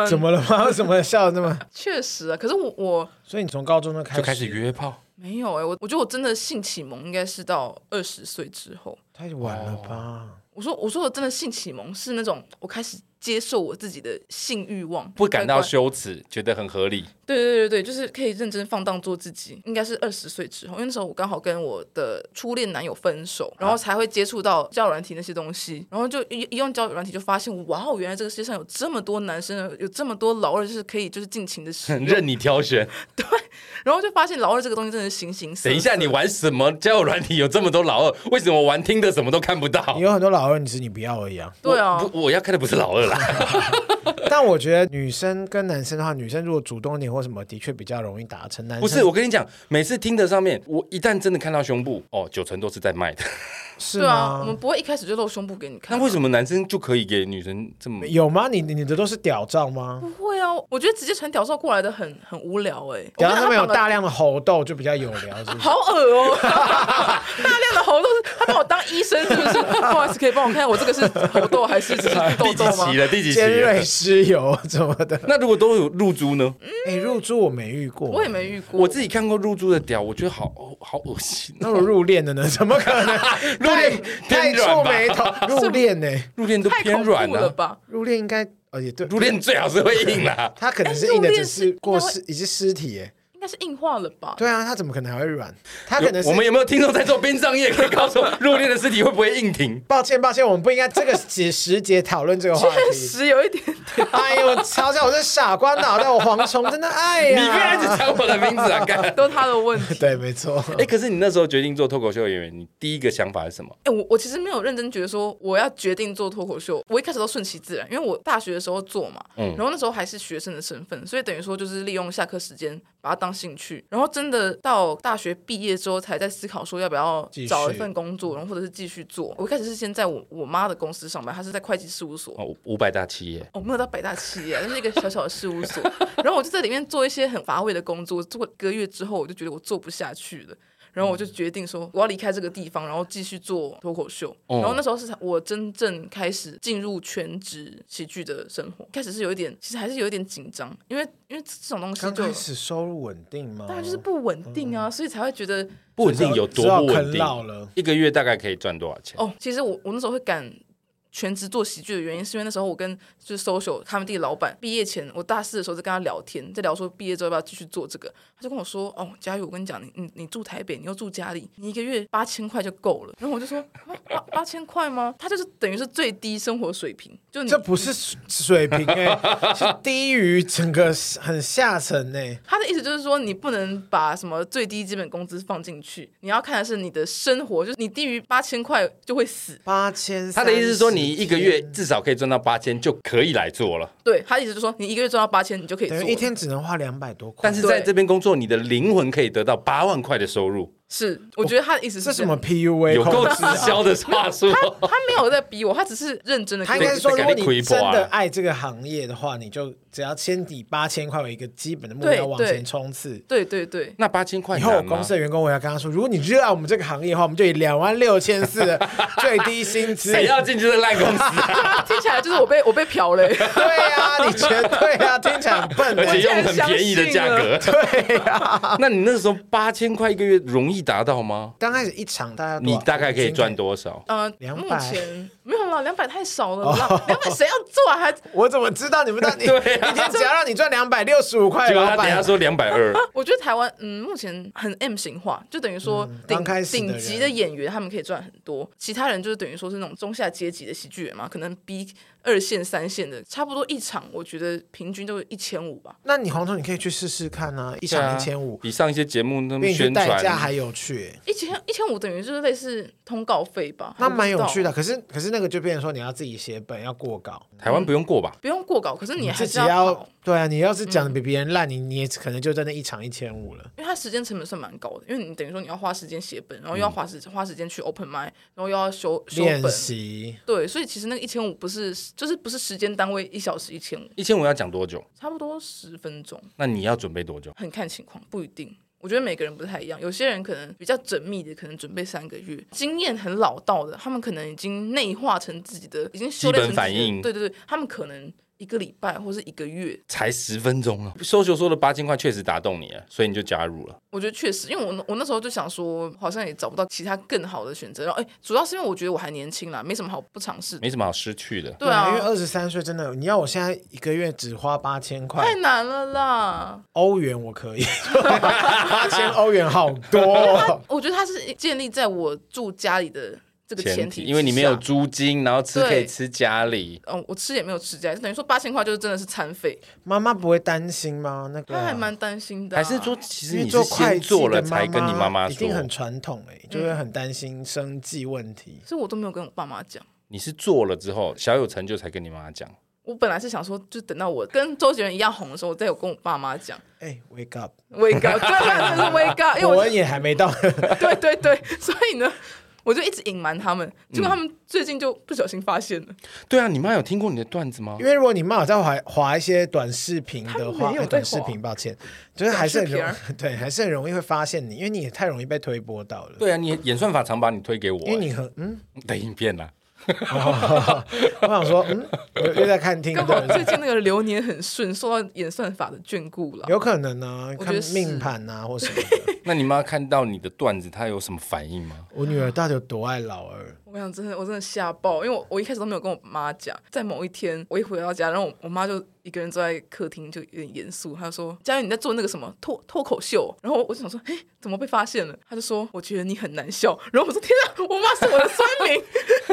Speaker 1: 怎么了吗？ (laughs) 怎么笑得那么？
Speaker 2: 确实啊。可是我我
Speaker 1: 所以你从高中就开始
Speaker 3: 就开始，约炮，
Speaker 2: 没有哎、我我觉得我真的性启蒙应该是到二十岁之后。
Speaker 1: 太晚了吧？
Speaker 2: 我说我说我真的性启蒙是那种我开始接受我自己的性欲望，
Speaker 3: 不感到
Speaker 2: 乖乖
Speaker 3: 羞耻，觉得很合理。
Speaker 2: 对对对对，就是可以认真放荡做自己，应该是二十岁之后，因为那时候我刚好跟我的初恋男友分手，然
Speaker 3: 啊
Speaker 2: 后才会接触到交友软体那些东西，然后就一一用交友软体就发现，哇哦，原来这个世界上有这么多男生，有这么多老二，就是可以就是尽情的
Speaker 3: (laughs)
Speaker 2: 使用，
Speaker 3: 任你挑选，
Speaker 2: 然后就发现老二这个东西真的是形形色色。
Speaker 3: 等一下你玩什么交友软体？有这么多老二，为什么玩听的什么都看不到
Speaker 1: 哦你？有很多老二，你只是你不要而已啊。
Speaker 2: 对啊，
Speaker 3: 不，我要看的不是老二啦，
Speaker 1: 但我觉得女生跟男生的话，女生如果主动一点或什么，的确比较容易达成。男生
Speaker 3: 不是，我跟你讲，每次听的上面，我一旦真的看到胸部，哦，九成都是在卖 (laughs) 的。
Speaker 1: 是
Speaker 2: 对啊，我们
Speaker 1: 吗？
Speaker 2: 不会一开始就露胸部给你看
Speaker 3: 那
Speaker 2: 啊。
Speaker 3: 为什么男生就可以给女生这 (laughs) 么？
Speaker 1: 有吗？你你你的都是屌照吗？
Speaker 2: 不会啊，我觉得直接传屌照过来的很很无聊哎、欸。
Speaker 1: 屌照
Speaker 2: 我
Speaker 1: 上
Speaker 2: 看
Speaker 1: 面有
Speaker 2: 他绑
Speaker 1: 大量的猴痘，就比较有聊，是不 (laughs) 是？
Speaker 2: 了 (laughs) 好恶
Speaker 3: (laughs)
Speaker 2: 哦、大量的猴痘，他把我当医生是不
Speaker 3: (laughs)
Speaker 2: 是？不好意思，可以帮我看我这个是猴痘还是只是痘
Speaker 3: 第
Speaker 2: 痘
Speaker 3: 几
Speaker 2: 吗
Speaker 3: 期？了？第几期
Speaker 1: 尖锐
Speaker 3: 了？
Speaker 1: 湿疣什么的。
Speaker 3: (laughs) 那如果都有露珠呢？
Speaker 1: 哎、入珠我没遇过，
Speaker 2: 我也没遇过，
Speaker 3: 我自己看过露珠的屌，我觉得好哦好恶心
Speaker 1: 那我入殓的
Speaker 3: (laughs)
Speaker 1: 呢？怎么可能？
Speaker 3: 入殓
Speaker 1: (laughs) 太太
Speaker 3: 偏软
Speaker 1: 触
Speaker 3: 吧
Speaker 1: 眉头，入殓呢、
Speaker 3: (laughs) 入殓都
Speaker 2: 太
Speaker 3: 偏
Speaker 2: 恐
Speaker 3: 软啊
Speaker 2: 怖了
Speaker 3: 了，
Speaker 2: 吧？
Speaker 1: 入殓应该哦也对，
Speaker 3: 入殓最好是会硬 (laughs) 啦。
Speaker 1: 它可能是
Speaker 2: 哎
Speaker 1: 硬的，
Speaker 2: 入殓
Speaker 1: 只
Speaker 2: 是
Speaker 1: 是过尸已经尸体耶。
Speaker 2: 应该是硬化了吧？
Speaker 1: 对啊，它怎么可能还会软？它可能是
Speaker 3: 我们有没有听众在做殡葬业？可以告诉 (laughs) 我，入殓的尸体会不会硬 (laughs) 挺？
Speaker 1: 抱歉抱歉，我们不应该这个节时节讨论这个话
Speaker 2: 确
Speaker 1: 题。
Speaker 2: 实有一点，
Speaker 1: 哎呦，我嘲笑我这傻瓜脑袋，我蝗虫真的爱
Speaker 3: 你
Speaker 1: 呀、
Speaker 3: 不要一直讲我的名字 (laughs) 啊！干
Speaker 2: 都他的问题。
Speaker 1: 对，没错。
Speaker 2: (laughs)
Speaker 3: 哎、可是你那时候决定做脱口秀演员，你第一个想法是什么？
Speaker 2: 哎、我我其实没有认真觉得说我要决定做脱口秀，我一开始都顺其自然，因为我大学的时候做嘛，
Speaker 3: 嗯
Speaker 2: 然后那时候还是学生的身份，所以等于说就是利用下课时间把它当兴趣，然后真的到大学毕业之后才在思考说要不要
Speaker 1: 继续
Speaker 2: 找一份工作，然后或者是继续做。我一开始是先在我我妈的公司上班，她是在会计事务所。
Speaker 3: 哦，五百大企业，
Speaker 2: 我、没有到北大企业，就是一个小小的事务所。然后我就在里面做一些很乏味的工作，做了一个月之后，我就觉得我做不下去了。然
Speaker 1: 嗯
Speaker 2: 后我就决定说，我要离开这个地方，然后继续做脱口秀。
Speaker 3: 哦
Speaker 2: 然后那时候是我真正开始进入全职喜剧的生活，开始是有一点，其实还是有一点紧张，因为因为这种东西
Speaker 1: 刚
Speaker 2: 就
Speaker 1: 开始哦收入稳定吗？
Speaker 2: 当然就是不稳定啊，所以才会觉得
Speaker 3: 不稳定有
Speaker 1: 知
Speaker 3: 多
Speaker 1: 道
Speaker 3: 不稳
Speaker 1: 啃
Speaker 3: 定
Speaker 1: 老了？
Speaker 3: 一个月大概可以赚多少钱？
Speaker 2: 哦，其实我我那时候会敢全职做喜剧的原因，是因为那时候我跟就是 social 他们地老板毕业前，我大四的时候在跟他聊天，在聊说毕业之后要不要继续做这个，他就跟我说，哦，佳宇，我跟你讲，你你你住台北，你又住家里，你一个月八千块就够了。然后我就说，啊八八千块吗？他就是等于是最低生活水平，就你
Speaker 1: 这不是水水平哎、
Speaker 3: (laughs)
Speaker 1: 是低于整个很下层哎、
Speaker 2: 他的意思就是说，你不能把什么最低基本工资放进去，你要看的是你的生活，就是你低于八千块就会死。
Speaker 1: 八千。
Speaker 3: 他的意思是说，你一个月至少可以赚到八千，就可以来做
Speaker 1: 哦
Speaker 3: 了。
Speaker 2: 对他的意思就是说，你一个月赚到八千，你就可以做
Speaker 1: 等
Speaker 2: 了。
Speaker 1: 于一天只能花两百多块，
Speaker 3: 但是在这边工作，你的灵魂可以得到八万块的收入，
Speaker 2: 是，我觉得他的意思是
Speaker 1: 这
Speaker 2: 这
Speaker 1: 什
Speaker 2: 样
Speaker 1: 么 PUA
Speaker 3: 有够直
Speaker 1: 控制
Speaker 3: 销的话术。
Speaker 2: 他没有在逼我，他只是认真的。
Speaker 1: (laughs) 他应该是说，如
Speaker 3: 这个
Speaker 1: 果
Speaker 3: 你
Speaker 1: 你
Speaker 3: 亏破
Speaker 1: 真
Speaker 3: 啊
Speaker 1: 的爱这个行业的话，你就只要先抵八千块为一个基本的目标
Speaker 2: 对
Speaker 1: 往
Speaker 2: 对
Speaker 1: 前冲刺。
Speaker 2: 对对对，
Speaker 3: 那八千块
Speaker 1: 以后我
Speaker 3: 难吗
Speaker 1: 公司的员工，我要跟他说，如果你热爱我们这个行业的话，我们就以两万六千四的 (laughs) 最低薪资。
Speaker 3: 谁要进去这烂公司
Speaker 1: (laughs)
Speaker 3: 啊？
Speaker 2: 听起来就是我被我被嫖了、
Speaker 1: 对啊，你绝对啊，听起来很笨
Speaker 3: 而且
Speaker 1: 欸。
Speaker 3: (laughs) 用很便宜的价格。
Speaker 1: (laughs) 对啊，
Speaker 3: 那你那时候八千块一个月容易达到吗？
Speaker 1: 刚开始一场大概多
Speaker 3: 你
Speaker 1: 少
Speaker 3: 大概可以赚？多少？
Speaker 2: 嗯、
Speaker 1: 200
Speaker 2: 目前没有了，两百太少了
Speaker 1: 哦
Speaker 2: 啦，两百谁要做啊？还
Speaker 1: 我怎么知道你们到底
Speaker 3: 对啊
Speaker 1: 一天只要让你赚两百六十五块，
Speaker 3: 结果
Speaker 1: 老
Speaker 3: 他等一
Speaker 1: 板
Speaker 3: 下说两百二，
Speaker 2: 我觉得台湾嗯，目前很 M 型化，就等于说顶
Speaker 1: 嗯刚开始的
Speaker 2: 顶
Speaker 1: 人
Speaker 2: 级的演员他们可以赚很多，其他人就是等于说是那种中下阶级的喜剧人嘛，可能逼二线三线的，差不多一场我觉得平均都一千五吧。
Speaker 1: 那你黄总，你可以去试试看啊，一场一千五，
Speaker 3: 比上一些节目那么
Speaker 1: 比你去
Speaker 3: 宣
Speaker 1: 代
Speaker 3: 传
Speaker 1: 驾还有趣欸，
Speaker 2: 一千一千五等于就是类似通告费吧，
Speaker 1: 那蛮有趣
Speaker 2: 的。
Speaker 1: 的。可是可是那个就变成说你要自己写本，要过稿，
Speaker 3: 台湾不用过吧？
Speaker 2: 不用过稿，可是你还
Speaker 1: 自
Speaker 2: 是
Speaker 1: 己
Speaker 2: 要跑
Speaker 1: 要对啊。你要是讲的比别人烂，你你也可能就在那一场一千五了。
Speaker 2: 因为它时间成本算蛮高的，因为你等于说你要花时间写本，然后又
Speaker 3: 嗯
Speaker 2: 要花时、花时间去 open m i 然后又要修修
Speaker 1: 练
Speaker 2: 本，
Speaker 1: 习
Speaker 2: 对，所以其实那个一千五不是就是不是时间单位，一小时一千五，
Speaker 3: 一千五要讲多久？
Speaker 2: 差不多十分钟，
Speaker 3: 那你要准备多久？
Speaker 2: 很看情况，不一定。我觉得每个人不太一样，有些人可能比较缜密的，可能准备三个月，经验很老道的，他们可能已经内化成自己的，已经修炼成
Speaker 3: 基本反
Speaker 2: 自己的
Speaker 3: 应
Speaker 2: 对对对，他们可能一个礼拜或是一个月
Speaker 3: 才十分钟啊！搜球说的八千块确实打动你了，所以你就加入了。
Speaker 2: 我觉得确实，因为我那我那时候就想说，好像也找不到其他更好的选择。然后，哎，主要是因为我觉得我还年轻啦，没什么好不尝试。
Speaker 3: 没什么好失去的。
Speaker 2: 对
Speaker 1: 因为
Speaker 2: 啊，
Speaker 1: 二十三岁真的，你要我现在一个月只花八千块
Speaker 2: 太难了啦！
Speaker 1: 欧元，我可以，八千欧元好多
Speaker 2: (laughs)
Speaker 1: 哦。
Speaker 2: 我觉得它是建立在我住家里的这个
Speaker 3: 前
Speaker 2: 提
Speaker 3: 提，
Speaker 2: 之下，
Speaker 3: 因为你没有租金，然后吃
Speaker 2: 对
Speaker 3: 可以吃家里。
Speaker 2: 嗯，我吃也没有吃家，等于说八千块就是真的是餐费，
Speaker 1: 妈妈不会担心吗？那个
Speaker 2: 他还蛮担心的啊、
Speaker 3: 还是说，其
Speaker 1: 因
Speaker 3: 实
Speaker 1: 为
Speaker 3: 你是
Speaker 1: 会
Speaker 3: 先
Speaker 1: 计的
Speaker 3: 做了才跟你妈妈
Speaker 1: 一定很
Speaker 3: 说？
Speaker 1: 传统哎、就会很担心生计问题。
Speaker 2: 所以我都没有跟我爸妈讲。
Speaker 3: 你是做了之后小有成就才跟你妈妈讲？
Speaker 2: 我本来是想说，就等到我跟周杰伦一样红的时候，我再有跟我爸妈讲
Speaker 1: 哎，wake up，
Speaker 2: wake up，对啊，真的是 wake up，因
Speaker 1: 伯
Speaker 2: 为
Speaker 1: 恩也还没到， (laughs)
Speaker 2: 我 (laughs) 对对对，所以呢，我就一直隐瞒他们，结果他们最近就不小心发现了，
Speaker 3: 对啊，你妈有听过你的段子吗
Speaker 1: 因？为如果你妈有在滑滑一些短视频的
Speaker 2: 她
Speaker 1: 话，
Speaker 2: 没有
Speaker 1: 哎
Speaker 2: 在
Speaker 1: 短视频，抱歉，就是还是很容
Speaker 2: 短视
Speaker 1: (laughs) 对，还是很容易会发现你，因为你也太容易被推播到了。
Speaker 3: 对啊，你演算法常把你推给我、
Speaker 1: 因为你很
Speaker 2: (laughs)
Speaker 1: 嗯，
Speaker 3: 的影片啊啦。
Speaker 1: 我想说嗯，又 (laughs) 又在看听
Speaker 2: 刚好
Speaker 1: 的
Speaker 2: 最近那个流年很顺，受到演算法的眷顾了。
Speaker 1: 有可能啊，
Speaker 2: 我
Speaker 1: 看
Speaker 2: 觉得是
Speaker 1: 命盘啊或什么的。 (laughs)
Speaker 3: 那你妈看到你的段子，她有什么反应吗？
Speaker 1: 我女儿到底有多爱老二？
Speaker 2: 我想真的，我真的吓爆，因为我我一开始都没有跟我妈讲，在某一天我一回到家，然后我我妈就一个人坐在客厅，就有点严肃，她说：“佳玉你在做那个什么脱脱口秀？”然后我就想说：“哎，怎么被发现了？”她就说：“我觉得你很难笑。”然后我说：“天啊， (laughs) 我妈是我的酸民。”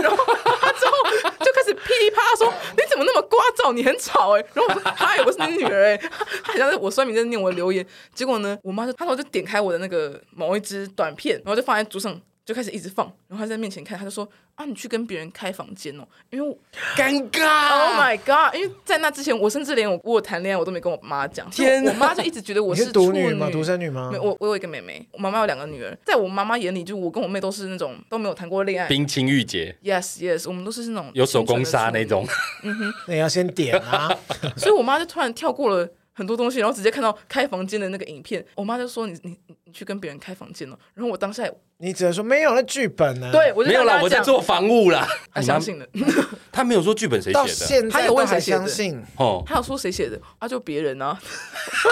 Speaker 2: 然后她之后就开始噼里啪啦说：“你怎么那么聒噪？你很吵哎、然后我说：“嗨，我是你女儿哎、她她好像是我酸民在念我的留言。结果呢，我妈就她然后就点开我的那个某一支短片，然后就放在桌上。就开始一直放，然后他在面前看，他就说：“啊，你去跟别人开房间哦，因为我
Speaker 3: 尴
Speaker 2: Oh
Speaker 3: 尬！
Speaker 2: my God，因为在那之前，我甚至连我我有谈恋爱我都没跟我妈讲，
Speaker 3: 天
Speaker 2: 所以
Speaker 3: 哪
Speaker 2: 我妈就一直觉得我
Speaker 1: 你是独
Speaker 2: 处
Speaker 1: 女吗？独生女吗
Speaker 2: 没？有，我我有一个妹妹，我妈妈有两个女儿，在我妈妈眼里，就我跟我妹都是那种都没有谈过恋爱。
Speaker 3: 冰清玉洁，
Speaker 2: Yes, yes，我们都是那种
Speaker 3: 有手工
Speaker 2: 清纯
Speaker 3: 纱
Speaker 2: 的处女
Speaker 3: 那种，
Speaker 1: 那你要先点啊！ (laughs)
Speaker 2: 所以我妈就突然跳过了很多东西，然后直接看到开房间的那个影片，我妈就说你你你你去跟别人开房间了，然后我当下
Speaker 1: 你只能说没有那剧本呢、啊。
Speaker 2: 对我就
Speaker 3: 没有
Speaker 2: 跟她
Speaker 3: 啦，我在
Speaker 2: 讲，
Speaker 3: 做防务啦。
Speaker 2: 她
Speaker 3: 你妈
Speaker 2: 哎相，信了。 (laughs)
Speaker 3: 她没有说剧本谁
Speaker 1: 到
Speaker 3: 写的
Speaker 1: 现
Speaker 2: 他
Speaker 1: 在
Speaker 2: 有
Speaker 1: 都
Speaker 2: 问谁
Speaker 1: 还
Speaker 2: 写的
Speaker 1: 相信，
Speaker 3: 哦，
Speaker 2: 他有说谁写的啊？就别人啊， (laughs)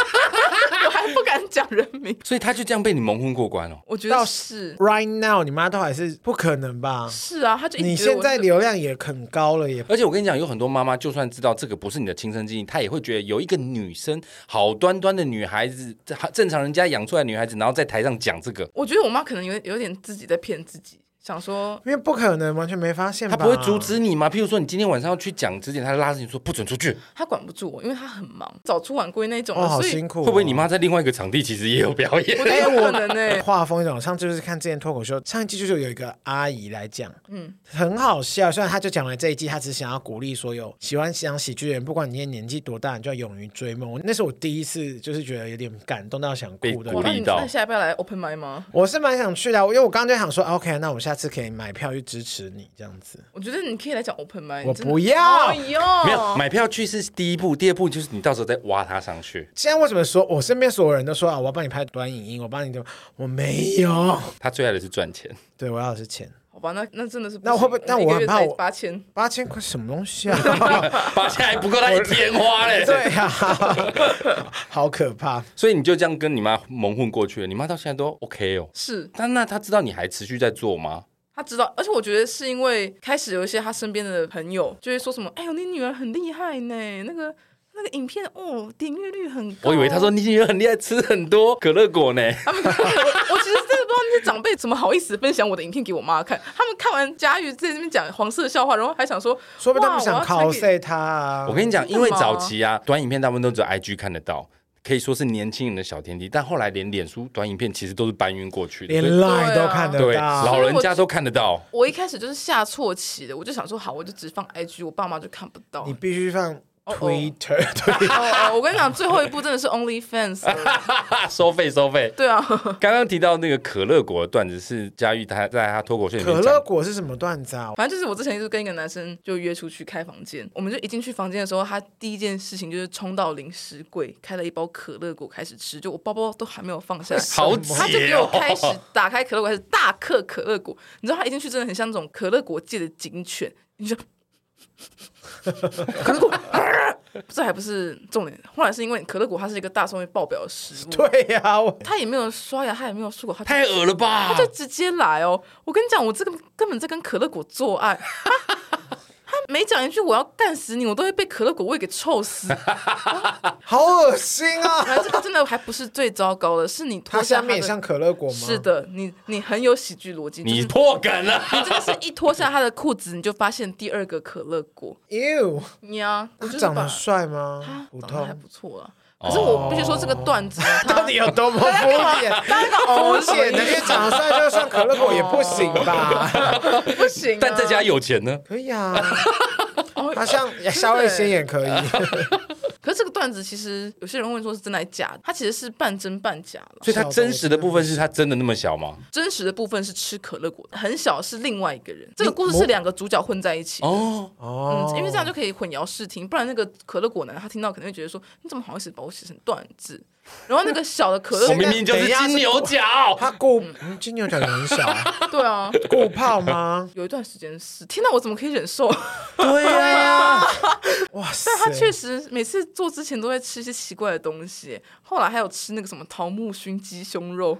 Speaker 2: 我还不敢讲人名。
Speaker 3: 所以她就这样被你蒙混过关哦。
Speaker 2: 我觉
Speaker 1: 到
Speaker 2: 得是
Speaker 1: right now，你妈都还是不可能吧？
Speaker 2: 是啊，他就
Speaker 1: 你
Speaker 2: 一直觉得
Speaker 1: 现
Speaker 2: 我
Speaker 1: 在
Speaker 2: 是
Speaker 1: 流量也很高了，也
Speaker 3: 而且我跟你讲，有很多妈妈就算知道这个不是你的亲生基因，她也会觉得有一个女生好端端的女孩子，这正常人家养出来的女孩子，然后在台上讲这个，
Speaker 2: 我觉得我妈可能有有点自己在骗自己，想说
Speaker 1: 因为不可能完全没发现吧。
Speaker 3: 她不会阻止你吗？譬如说，你今天晚上要去讲之前，她拉着你说不准出去，
Speaker 2: 她管不住我，因为她很忙，早出晚归那种的，
Speaker 1: 哦，哎好
Speaker 2: 所以
Speaker 1: 辛苦、
Speaker 3: 会不会你？妈在另外一个场地其实也有表演
Speaker 1: 哦
Speaker 2: 哎我？觉得有可能欸呢、
Speaker 3: (laughs)
Speaker 1: 画风一种，上次就是看之前脱口秀，上一季就是有一个阿姨来讲，嗯，很好笑。虽然她就讲了这一季，她只想要鼓励所有喜欢讲喜剧的人，不管你今天年纪多大，你就要勇于追梦。那是我第一次就是觉得有点感动到想哭的
Speaker 3: 被鼓
Speaker 1: 那
Speaker 2: 哇，那
Speaker 1: 种。
Speaker 3: 励
Speaker 2: 你
Speaker 3: 到
Speaker 2: 那你下一步要来 open m i 吗？
Speaker 1: 我是蛮想去的啊，因为我刚刚就想说啊，OK，那我下次可以买票去支持你这样子。
Speaker 2: 我觉得你可以来讲 open m i
Speaker 1: 我不要
Speaker 2: 哎呦，
Speaker 3: 没有，买票去是第一步，第二步就是你到时候再挖她上
Speaker 1: (laughs)
Speaker 3: 去，
Speaker 1: 现在为什么说我身边所有人都说啊，我要帮你拍短影音，我帮你怎么，我没有，
Speaker 3: 她最爱的是赚钱。
Speaker 1: 对我要的是钱，
Speaker 2: 好吧，那那真的是行
Speaker 1: 那会不会那我很怕
Speaker 2: 一个月
Speaker 1: 我
Speaker 2: 才八千，
Speaker 1: 八千块什么东
Speaker 2: (laughs)
Speaker 1: 西啊？
Speaker 3: 八千还不够他一天花
Speaker 1: (laughs)
Speaker 3: 嘞。
Speaker 1: 对呀、好可怕。
Speaker 3: 所以你就这样跟你妈蒙混过去了，你妈到现在都 OK 哦。
Speaker 2: 是
Speaker 3: 但那她知道你还持续在做吗？
Speaker 2: 他知道，而且我觉得是因为开始有一些他身边的朋友就会说什么：“哎呦，你女儿很厉害呢，那个那个影片哦，点阅率很高。”
Speaker 3: 我以为她说你 (laughs) 女儿很厉害，吃很多可乐果呢。
Speaker 2: (laughs) 我我其实真的不知道那些长辈怎么好意思分享我的影片给我妈看，他们看完佳玉在那边讲黄色笑话，然后还想说，
Speaker 1: 说不定他们想
Speaker 2: 哇我要传给
Speaker 1: cos 他啊。
Speaker 3: 我跟你讲，
Speaker 2: 真的
Speaker 3: 因为
Speaker 2: 吗
Speaker 3: 早期啊，短影片大部分都只有 IG 看得到。可以说是年轻人的小天地，但后来连脸书短影片其实都是搬运过去的，
Speaker 1: 连
Speaker 3: 所以
Speaker 1: line 都看
Speaker 3: 对
Speaker 1: 得到。
Speaker 3: 老人家都看
Speaker 2: (laughs)
Speaker 3: 得到。
Speaker 2: 我一开始就是下错棋的，我就想说好，我就只放 IG，我爸妈就看不到
Speaker 1: 你。必须放
Speaker 2: 哦
Speaker 1: Twitter，对，
Speaker 2: 哦哦，我跟你讲，最后一步真的是 OnlyFans 了。
Speaker 1: (laughs)
Speaker 3: 啊收费收费。
Speaker 2: 对啊，
Speaker 3: 刚刚提到那个可乐果的段子是佳玉他在他脱口秀里面
Speaker 1: 可
Speaker 3: 讲
Speaker 1: 乐果是什么段子啊？
Speaker 2: 反正就是我之前就跟一个男生就约出去开房间，我们就一进去房间的时候，他第一件事情就是冲到零食柜，开了一包可乐果开始吃，就我包包都还没有放下来，
Speaker 3: 好
Speaker 2: 他就
Speaker 3: 解
Speaker 2: 给我
Speaker 3: 哦。
Speaker 2: 开始打开可乐果，开始大嗑可乐果。你知道他一进去真的很像那种可乐果界的警犬，你就可乐果，这还不是重点。后来是因为可乐果它是一个大众会爆表的食物，
Speaker 1: 对呀、我
Speaker 2: 他也没有刷牙，他也没有漱口，他就
Speaker 3: 太恶了吧！
Speaker 2: 他就直接来哦！我跟你讲，我这个根本在跟可乐果做爱。 (laughs) 他他每讲一句我要干死你，我都会被可乐果味给臭死。
Speaker 1: (laughs) 好恶心啊！
Speaker 2: 然后这个真的还不是最糟糕的，是你脱
Speaker 1: 它
Speaker 2: 下
Speaker 1: 下
Speaker 2: 他
Speaker 1: 面也像
Speaker 2: 的。
Speaker 1: 可乐果吗？
Speaker 2: 是，的，你你很有喜剧逻辑，就是
Speaker 3: 你破梗了。
Speaker 2: 你真的是一脱下他的裤子，你就发现第二个可乐果。
Speaker 1: 哟，
Speaker 2: 呀，
Speaker 1: 他
Speaker 2: 我就是
Speaker 1: 长
Speaker 2: 把
Speaker 1: 得帅哦
Speaker 2: 他
Speaker 1: 吗？普
Speaker 2: 长得还
Speaker 1: 通。
Speaker 2: 不错啊。可是我必须说这个段子呢，啊 (laughs) 他
Speaker 1: 到底有多么肤浅？
Speaker 2: 他那个
Speaker 1: 肤
Speaker 2: 偶
Speaker 1: 浅的，因为长得帅就算
Speaker 2: (laughs)
Speaker 1: 可乐果也不行吧？
Speaker 2: 不行啊，
Speaker 3: 但在家有钱呢？
Speaker 1: 可以啊，
Speaker 2: 哦
Speaker 1: 他像夏卫先也
Speaker 2: (laughs)
Speaker 1: 可以，
Speaker 2: 嗯可是这个段子其实有些人问说是真的还是假的，它其实是半真半假了。
Speaker 3: 所以他真实的部分是他真的那么小吗？
Speaker 2: 真实的部分是吃可乐果，很小是另外一个人。这个故事是两个主角混在一起的。
Speaker 3: 哦，
Speaker 1: 哦
Speaker 2: 嗯，因为这样就可以混淆视听，不然那个可乐果男他听到可能会觉得说，你怎么好意思把我写成段子？然后那个小的可乐
Speaker 3: 我
Speaker 1: 现
Speaker 2: 果，
Speaker 1: 在
Speaker 3: 明明就是金牛角。
Speaker 1: 他顾嗯金牛角也
Speaker 2: (laughs)
Speaker 1: 很小，
Speaker 2: 对啊，
Speaker 1: 顾泡吗？
Speaker 2: 有一段时间是，天哪，我怎么可以忍受？啊
Speaker 1: 对呀，哇塞，
Speaker 2: 他啊确实每次做之前都会吃一些奇怪的东西，后来还有吃那个什么桃木熏鸡胸肉，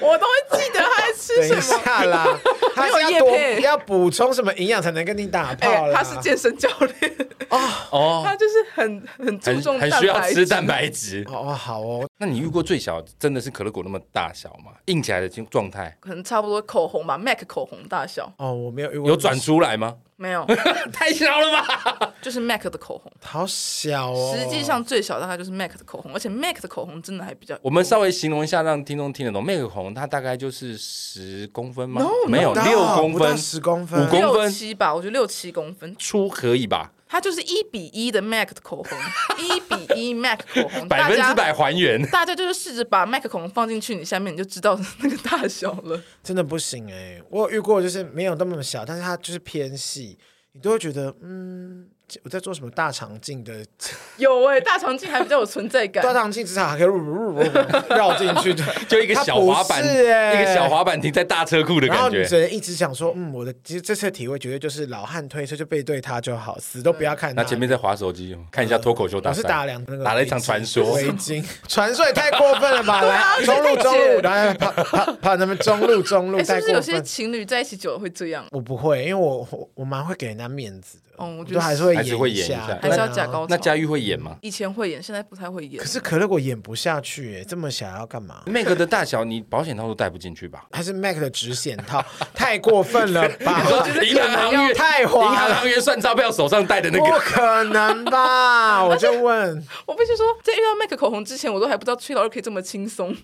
Speaker 2: 我都会记得他在吃
Speaker 1: 等
Speaker 2: 什
Speaker 1: 一
Speaker 2: 么。
Speaker 1: 下
Speaker 2: (laughs)
Speaker 1: 啦，他是
Speaker 2: 没有
Speaker 1: 要
Speaker 2: 业
Speaker 1: 多
Speaker 2: 配
Speaker 1: 要补充什么营养才能跟你打
Speaker 2: 哎、
Speaker 1: 炮啦？
Speaker 2: 他是健身教练，
Speaker 3: 哦，
Speaker 2: 他就是很很注
Speaker 3: 很
Speaker 2: 重
Speaker 3: 很
Speaker 2: 蛋
Speaker 3: 需要
Speaker 2: 白
Speaker 3: 吃
Speaker 2: 质。
Speaker 3: 蛋白质。
Speaker 1: 哦哦好哦，
Speaker 3: 那你遇过最小真的是可乐果那么大小吗？硬起来的状态
Speaker 2: 可能差不多口红吧，Mac 口红大小
Speaker 1: 哦我没有遇过
Speaker 3: 有转出
Speaker 1: (laughs)
Speaker 3: 来吗？
Speaker 2: 没
Speaker 3: (laughs)
Speaker 2: 有，
Speaker 3: 太小了吧！
Speaker 2: 就是 Mac 的口红。
Speaker 1: 好小哦，
Speaker 2: 实际上最小大概就是 Mac 的口红，而且 Mac 的口红真的还比较。
Speaker 3: (laughs) 我们稍微形容一下，让听众听得懂。那个红它大概就是十公分吗？
Speaker 2: No，
Speaker 3: 没有
Speaker 1: 不到
Speaker 3: 六公
Speaker 1: 不到
Speaker 3: 分，
Speaker 1: 十公分，
Speaker 3: 五公
Speaker 2: 六
Speaker 3: 分
Speaker 2: 七吧，我觉得六七公分，
Speaker 3: 粗可以吧？
Speaker 2: 它就是一比一的 Mac 的口
Speaker 3: (laughs)
Speaker 2: 红，一比一 Mac 口红，
Speaker 3: 百
Speaker 2: 大
Speaker 3: 分
Speaker 2: 家
Speaker 3: 之百还原。 (laughs)
Speaker 2: 大家就是试着把麦克孔放进去，你下面你就知道那个大小
Speaker 1: (laughs)
Speaker 2: 了。
Speaker 1: 真的不行哎、我有遇过就是没有那么小，但是它就是偏细，你都会觉得嗯，我在做什么大肠镜的 (laughs)
Speaker 2: 有哎、大肠镜还比较有存在感
Speaker 1: 大。肠镜，至少还可以 (laughs) 绕进去的，
Speaker 3: (laughs) 就一个小滑板，
Speaker 1: 它不是欸
Speaker 3: 一个小滑板停在大车库的
Speaker 1: 然后啊
Speaker 3: 感
Speaker 1: 你
Speaker 3: 觉
Speaker 1: 只。能一直想说，嗯，我的其实这次的体会绝对就是老汉推车就背对他就好，死都不要看
Speaker 3: 那
Speaker 1: 他。
Speaker 3: 前面在划手机，看一下脱口秀大
Speaker 1: 我是
Speaker 3: 赛，
Speaker 1: 打两那个
Speaker 3: 打了一场传说
Speaker 1: 围巾，传说也太过分了吧？
Speaker 2: (laughs)
Speaker 1: 来中路中路，然后跑跑跑那边中路中路，
Speaker 2: 哎、是
Speaker 1: 太
Speaker 2: 不是有
Speaker 1: 过
Speaker 2: 些
Speaker 1: 分。
Speaker 2: 情侣在一起久了会这样？
Speaker 1: 我不会，因为我我我蛮会给人家面子的，
Speaker 2: 哦我觉得
Speaker 1: 都还是会
Speaker 3: 还是会演
Speaker 1: 演
Speaker 3: 一下
Speaker 2: 还是
Speaker 1: 对
Speaker 2: 要
Speaker 1: 啊
Speaker 2: 假高潮？
Speaker 3: 那佳玉会演吗
Speaker 2: 以前会演，现在不太会演。
Speaker 1: 可是可乐果演不下去耶，这么小要干嘛？
Speaker 3: ？Mac 的大小，你保险套都带不进去吧？
Speaker 1: 还是 Mac 的直显套太过分
Speaker 2: (laughs)
Speaker 1: 了
Speaker 3: (laughs)
Speaker 1: 吧？
Speaker 3: 银行行员，
Speaker 1: 太
Speaker 3: 银
Speaker 1: 滑
Speaker 3: 行
Speaker 1: 了，
Speaker 3: 行员算钞票手上带的那
Speaker 1: 不
Speaker 3: 个，
Speaker 1: 可能吧？我就问，
Speaker 2: 我必须说，在遇到麦克口红之前，我都还不知道吹老二可以这么轻松，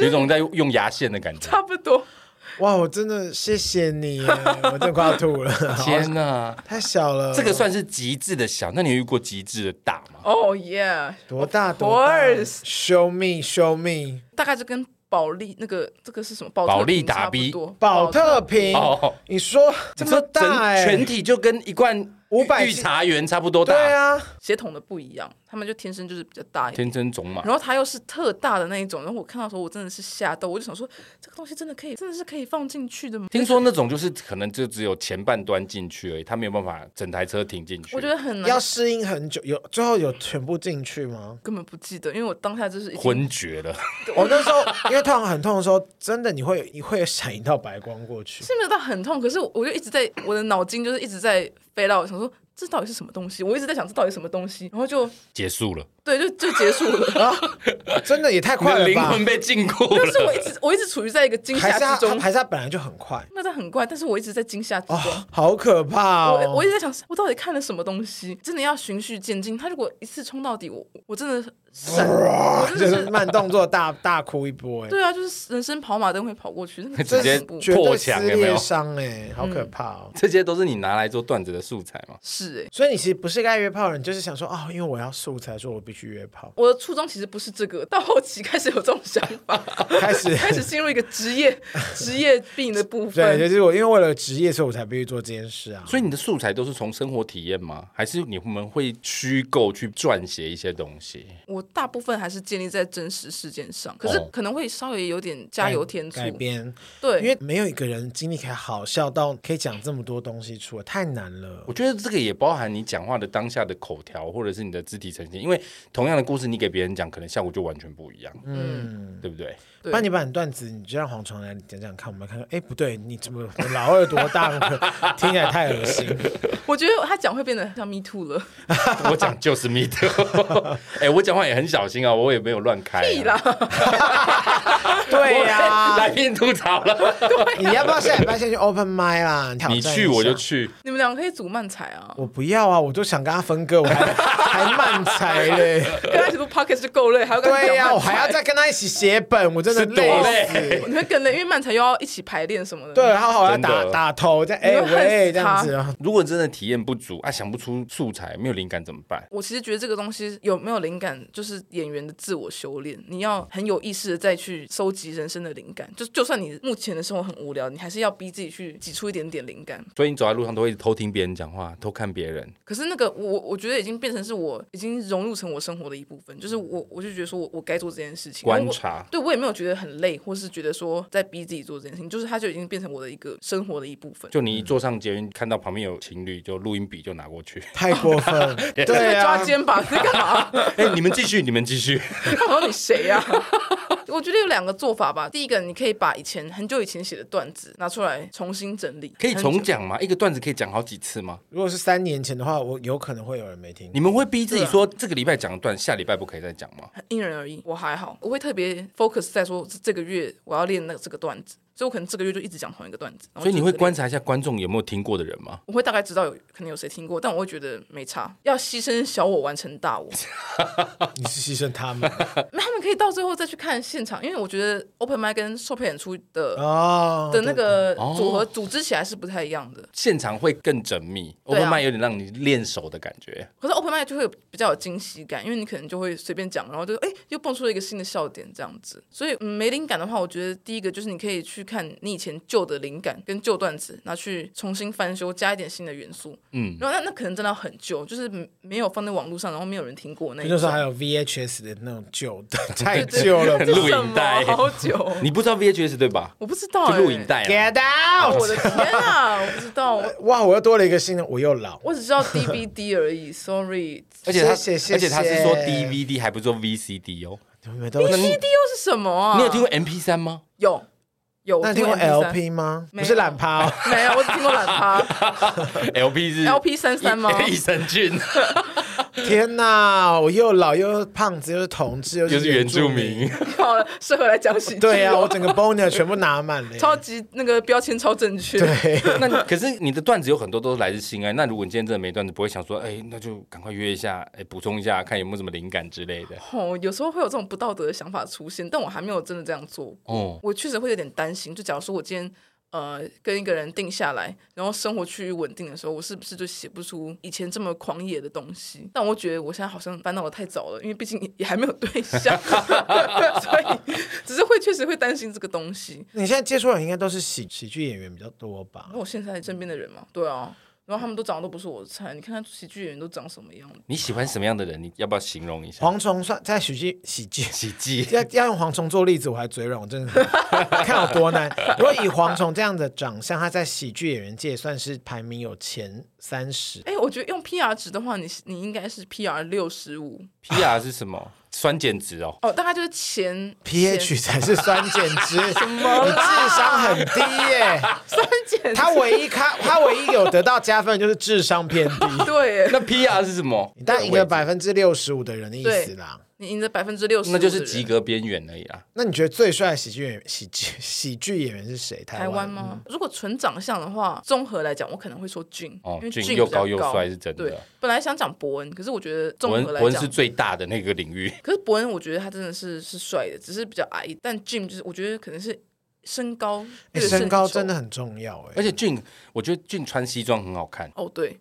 Speaker 3: 有种在用牙线的感
Speaker 1: (laughs)
Speaker 3: 觉。
Speaker 2: 差不多。
Speaker 1: 哇，我真的谢谢你耶，我真的快要吐
Speaker 2: (laughs)
Speaker 1: 了，
Speaker 3: 天哪，
Speaker 1: 太小了，
Speaker 3: 这个算是极致的小，那你有遇过极致的大吗？
Speaker 2: 哦、耶！
Speaker 1: 多大多大
Speaker 2: course
Speaker 1: ？Show me, show me，
Speaker 2: 大概就跟保利那个这个是什么？保
Speaker 3: 保
Speaker 2: 特
Speaker 3: 利
Speaker 2: 瓶差
Speaker 3: 达
Speaker 2: 不
Speaker 3: 比
Speaker 2: 多
Speaker 1: 保特瓶
Speaker 3: 哦，
Speaker 1: 你说这么大
Speaker 3: 你说整全
Speaker 1: 哎，
Speaker 3: 体就跟一罐
Speaker 1: 500
Speaker 3: 御茶园差不多大，
Speaker 1: 对，啊，
Speaker 2: 血统的不一样，他们就天生就是比较大一点。
Speaker 3: 天生种马。
Speaker 2: 然后它又是特大的那一种，然后我看到的时候我真的是吓到，我就想说这个东西真的可以，真的是可以放进去的吗？
Speaker 3: 听说那种就是可能就只有前半端进去而已，他没有办法整台车停进去。
Speaker 2: 我觉得很难
Speaker 1: 要，适应很久，有最后有全部进去吗？
Speaker 2: 根本不记得，因为我当下就是已经
Speaker 3: 昏厥了，
Speaker 1: 我那时候因为痛很痛的时候，真的你会你会闪一道白光过去。
Speaker 2: 是没有到很痛，可是我就一直在我的脑筋就是一直在飞到，我想说这到底是什么东西？我一直在想这到底是什么东西，然后就
Speaker 3: 结束了，
Speaker 2: 对，就就结束了。 (laughs)
Speaker 1: 真的也太
Speaker 3: 你
Speaker 1: 快
Speaker 3: 的
Speaker 1: 了
Speaker 3: 灵
Speaker 1: 吧
Speaker 3: 魂？被禁锢
Speaker 2: 但是我
Speaker 3: 了。 (laughs)
Speaker 2: 一直我一直处于在一个惊
Speaker 1: 还
Speaker 2: 吓
Speaker 1: 是他
Speaker 2: 之中，
Speaker 1: 还是他本来就很快
Speaker 2: 那这很怪，但是我一直在惊吓之中。
Speaker 1: 哦，好可怕
Speaker 2: 我我一
Speaker 1: 哦！
Speaker 2: 直在想，我到底看了什么东西？真的要循序渐进。他如果一次冲到底，我我真的闪，
Speaker 1: (laughs)
Speaker 2: 我真
Speaker 1: 就
Speaker 2: 的是
Speaker 1: 是慢动作大大哭一波哎，
Speaker 2: 对啊，就是人生跑马灯会跑过去，那个
Speaker 3: 直接
Speaker 2: 真的很恐怖
Speaker 1: 绝
Speaker 3: 破
Speaker 1: 对
Speaker 3: 墙
Speaker 1: 撕
Speaker 3: 有没有
Speaker 1: 裂伤
Speaker 2: 嗯
Speaker 1: 哎，好可怕哦！
Speaker 3: 这些都是你拿来做段子的素材吗？
Speaker 2: 是哎、，
Speaker 1: 所以你其实不是个爱约炮的人，就是想说哦，因为我要素材，说我必须约炮
Speaker 2: 我的初衷其实不是这个，到后期开始有这种想法，
Speaker 1: (laughs) 开始
Speaker 2: (laughs) 开始进入一个职业职业病的部
Speaker 1: (laughs) 对，就
Speaker 2: 分。
Speaker 1: 是我因为为了职业，所以我才必须做这件事啊。
Speaker 3: 所以你的素材都是从生活体验吗？还是你们会虚构去撰写一些东西？
Speaker 2: 我大部分还是建立在真实事件上，可是
Speaker 3: 哦
Speaker 2: 可能会稍微有点加油添醋
Speaker 1: 改。编，
Speaker 2: 对，
Speaker 1: 因为没有一个人经历可以好笑到可以讲这么多东西出来，太难了
Speaker 3: 我。觉得这个也包含你讲话的当下的口条，或者是你的肢体呈现，因为同样的故事你给别人讲，可能效果就完全不一样，
Speaker 2: 嗯，
Speaker 3: 对不对？
Speaker 1: 不
Speaker 2: 对
Speaker 1: 然你把你段子，你就让黄虫来讲讲看，我们看看。哎，不对，你怎么我老二多大？听起来太恶心。
Speaker 2: 我觉得他讲会变得像 Me Too 了，
Speaker 3: 我讲就是 (laughs) me too，哎、我讲话也很小心啊，我也没有乱开、啊。
Speaker 2: 屁啦，
Speaker 1: 对呀
Speaker 3: 来宾吐槽了，
Speaker 1: 你要不要下礼拜先去 open m i 啦？挑战
Speaker 3: 你
Speaker 1: 一下
Speaker 3: 去我就。去。
Speaker 2: 你们两个可以组慢踩啊，
Speaker 1: 我不要啊！我就想跟他分割，我还 (laughs) 还慢才嘞。
Speaker 2: 跟他一起录 podcast 就够累，还要跟他
Speaker 1: 对呀、啊
Speaker 2: 讲慢踩
Speaker 1: 我还要再跟他一起写本，我真的
Speaker 3: 是多累
Speaker 1: 死。
Speaker 2: 你会更累，因为漫才又要一起排练什么的。
Speaker 1: 对，，啊他好像
Speaker 3: 真
Speaker 1: 打
Speaker 3: 的
Speaker 1: 打头，这样哎、
Speaker 2: 你会恨
Speaker 1: 喂
Speaker 2: 死
Speaker 1: 这样
Speaker 2: 他
Speaker 1: 子啊。
Speaker 3: 如果真的体验不足啊，想不出素材，没有灵感怎么办？
Speaker 2: 我其实觉得这个东西有没有灵感，就是演员的自我修炼。你要很有意识的再去收集人生的灵感，就就算你目前的生活很无聊，你还是要逼自己去挤出一点点灵感。
Speaker 3: 所以你走在路上都会偷听别人讲话，偷看别人。
Speaker 2: 可是那个我，我觉得已经变成是我已经融入成我生活的一部分，就是我我就觉得说我我该做这件事情，
Speaker 3: 嗯观
Speaker 2: 然后我
Speaker 3: 察
Speaker 2: 对我也没有觉得很累，或是觉得说在逼自己做这件事情，就是它就已经变成我的一个生活的一部分。
Speaker 3: 就你一
Speaker 1: 嗯
Speaker 3: 坐上捷运，看到旁边有情侣，就录音笔就拿过去。 (laughs)
Speaker 1: 太过分了，对
Speaker 2: 在抓
Speaker 1: 啊，
Speaker 2: 肩膀在干嘛？
Speaker 3: 哎、你们继续，你们
Speaker 1: (laughs)
Speaker 3: 继续。
Speaker 2: 我说你谁呀、我觉得有两个做法吧。第一个，你可以把以前很久以前写的段子拿出来重新整理，
Speaker 3: 可以
Speaker 2: 很久
Speaker 3: 重。讲吗？一个段子可以讲好几次吗？
Speaker 1: 如果是三年前的话，我有可能会有人没听
Speaker 3: 你。们会逼自己说这个礼拜讲的段，下礼拜不可以再讲吗？
Speaker 2: 因人而异，我还好，我会特别 focus 在说这这个月我要练那个这个段子，所以我可能这个月就一直讲同一个段
Speaker 1: 哦
Speaker 2: 子。然后
Speaker 3: 所以你
Speaker 2: 就
Speaker 3: 会
Speaker 2: 一直练
Speaker 3: 观察一下观众有没有听过的人吗？
Speaker 2: 我会大概知道有可能有谁听过，但我会觉得没差，要牺牲小我完成大我。
Speaker 1: 你是牺牲他
Speaker 3: (laughs)
Speaker 1: 们
Speaker 2: 那他们可以到最后再去看现场，因为我觉得 open mic 跟售票演出的、
Speaker 1: 哦
Speaker 2: 的那个组合
Speaker 3: 哦
Speaker 2: 组织起来是不太一样的。
Speaker 3: 现场会更缜密
Speaker 2: 对啊
Speaker 3: ，open m i 有点让你练手的感觉。
Speaker 2: 可是 open mic 就会有比较有惊喜感，因为你可能就会随便讲，然后就哎又蹦出了一个新的笑点这样子。所以、嗯、没灵感的话，我觉得第一个就是你可以去看你以前旧的灵感跟旧段子，拿去重新翻修，加一点新的元素。嗯，然后那那可能真的很旧，就是没没有放在网络上，然后没有人听过那一
Speaker 1: 那
Speaker 2: 种。
Speaker 1: 时候还有 VHS 的那种旧的，
Speaker 2: (laughs)
Speaker 1: 太旧了吧。
Speaker 2: 这
Speaker 3: (laughs) 录
Speaker 2: 什
Speaker 3: 影带
Speaker 2: 么好久，
Speaker 3: 你不知道 VHS 对吧？
Speaker 2: 我不知道、
Speaker 3: 就
Speaker 2: 欸，
Speaker 3: 录影。带、啊。
Speaker 1: 哦 Get out！
Speaker 2: 我的天啊，我不知道，我
Speaker 1: 哇，我又多了一个新的，我又老。
Speaker 2: 我只知道 DVD 而已。Sorry，
Speaker 3: 而且他，
Speaker 1: 谢谢谢谢
Speaker 3: 而且他是说 DVD 还不是说 VCD 哦。
Speaker 1: 你们都是
Speaker 2: CD 又是什么啊？
Speaker 1: 哦
Speaker 3: 你有听过 MP
Speaker 1: (laughs)
Speaker 3: 三吗？
Speaker 2: 有有，
Speaker 1: 那
Speaker 2: 我
Speaker 1: 你听过
Speaker 2: MP3
Speaker 1: LP 吗？
Speaker 2: 没
Speaker 1: 不
Speaker 2: 有
Speaker 1: 是懒趴哦，
Speaker 2: 没有，我只听过懒趴
Speaker 3: LP 是 (laughs)
Speaker 2: LP 三三吗？
Speaker 3: 益生菌，
Speaker 1: 天哪！我又老又胖子，又是同志，又
Speaker 3: (laughs) 就是是原住
Speaker 1: 住
Speaker 3: 民。。
Speaker 2: 好了，适合来讲喜剧。哦
Speaker 1: 对呀、啊，我整个 boner 全部拿满了。
Speaker 2: 超级那个标签超正确。
Speaker 1: 对， (laughs)
Speaker 3: 那可是你的段子有很多都是来自性爱，那如果你今天真的没段子，不会想说，哎，那就赶快约一下，哎，补充一下，看有没有什么灵感之类的。
Speaker 2: 哦，有时候会有这种不道德的想法出现，但我还没有真的这样做过。
Speaker 3: 哦，
Speaker 2: 我确实会有点担心，就假如说我今天。呃，跟一个人定下来，然后生活趋于稳定的时候，我是不是就写不出以前这么狂野的东西？但我觉得我现在好像烦恼的太早了，因为毕竟也还没有对
Speaker 3: (laughs)
Speaker 2: 象，所以只是会确实会担心这个东西。
Speaker 1: 你现在接触的人应该都是喜喜剧演员比较多吧
Speaker 2: 那？我现在身边的人嘛，对啊，然后他们都长得都不是我的菜。你看看喜剧演员都长什么样
Speaker 3: 你喜欢什么样的人？你要不要形容一下？
Speaker 1: 蝗虫算在喜剧喜剧。
Speaker 3: 喜剧。
Speaker 1: 要要用蝗虫做例子，我还嘴软，我真的看有多难。 (laughs) 如果以蝗虫这样的长相，他在喜剧演员界算是排名有前三十。
Speaker 2: 哎，我觉得用 PR 值的话，你你应该是 PR 六十五
Speaker 3: PR 是什么？酸碱值哦。
Speaker 2: 哦，大概就是前
Speaker 1: pH 才是酸碱值，你智商很低耶、
Speaker 2: 三减
Speaker 1: 他唯一他他唯一有得到加分就是智商偏低，
Speaker 2: 对耶，
Speaker 3: 那 PR 是什么？
Speaker 1: 你
Speaker 3: (laughs)
Speaker 1: 大概赢了百分之六十五的人的意思啦。
Speaker 2: 你赢了百分之六十，
Speaker 3: 那就是及格边缘而已啦。
Speaker 1: 那你觉得最帅的喜剧演员喜剧喜剧演员是谁？台
Speaker 2: 台湾
Speaker 1: 湾？
Speaker 3: 嗯
Speaker 2: 吗？如果纯长相的话，综合来讲，我可能会说俊，
Speaker 3: 哦
Speaker 2: 因为
Speaker 3: 俊
Speaker 2: 比
Speaker 3: 又
Speaker 2: 较高
Speaker 3: 高又帅是真的啊
Speaker 2: 对，本来想讲伯恩，可是我觉得综
Speaker 3: 文
Speaker 2: 合来
Speaker 3: 文
Speaker 2: 讲
Speaker 3: 是，最大的那个领域。
Speaker 2: 可是伯恩我觉得他真的是是帅的，只是比较矮。但 Jim 就是我觉得可能是身高，
Speaker 1: 哎
Speaker 2: 略胜
Speaker 1: 身高
Speaker 2: 一筹
Speaker 1: 真的很重要哎、
Speaker 3: 而且俊，我觉得俊穿西装很好看，
Speaker 2: 哦对，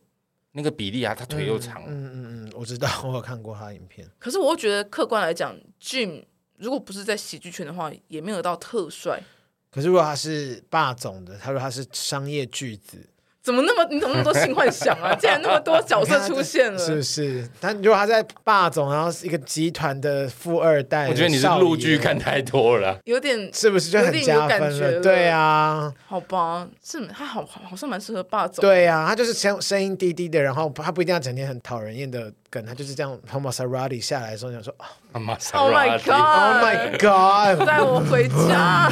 Speaker 3: 那个比例啊，他腿又长。
Speaker 1: 嗯嗯嗯，我知道， (laughs) 我有看过他的影片。
Speaker 2: 可是我又觉得客观来讲，Jim 如果不是在喜剧圈的话，也没有到特帅。
Speaker 1: 可是如果他是霸总的，他说他是商业巨子，
Speaker 2: 怎么那么你怎么那么多性幻想
Speaker 3: (laughs)
Speaker 2: 啊？竟然那么多角
Speaker 1: 我
Speaker 2: 色出现了，
Speaker 1: 是不是？但如果他在霸总，然后是一个集团的富二代，
Speaker 3: 我觉得你是
Speaker 1: 哎少爷
Speaker 3: 陆剧看太多了。
Speaker 2: 有点
Speaker 1: 是不是就
Speaker 2: 有
Speaker 1: 很
Speaker 2: 点有
Speaker 1: 加分
Speaker 2: 感觉了
Speaker 1: 对啊，
Speaker 2: 好吧？是他好好好像蛮适合霸总。
Speaker 1: 对啊，他就是声声音低低的，然后他不一定要整天很讨人厌的梗，他就是这样从玛莎拉蒂下来的时候，想说啊
Speaker 3: 玛莎
Speaker 2: Oh my
Speaker 3: 拉蒂。
Speaker 2: God
Speaker 1: ，Oh my God，
Speaker 2: 带我回
Speaker 1: (laughs)
Speaker 2: 家。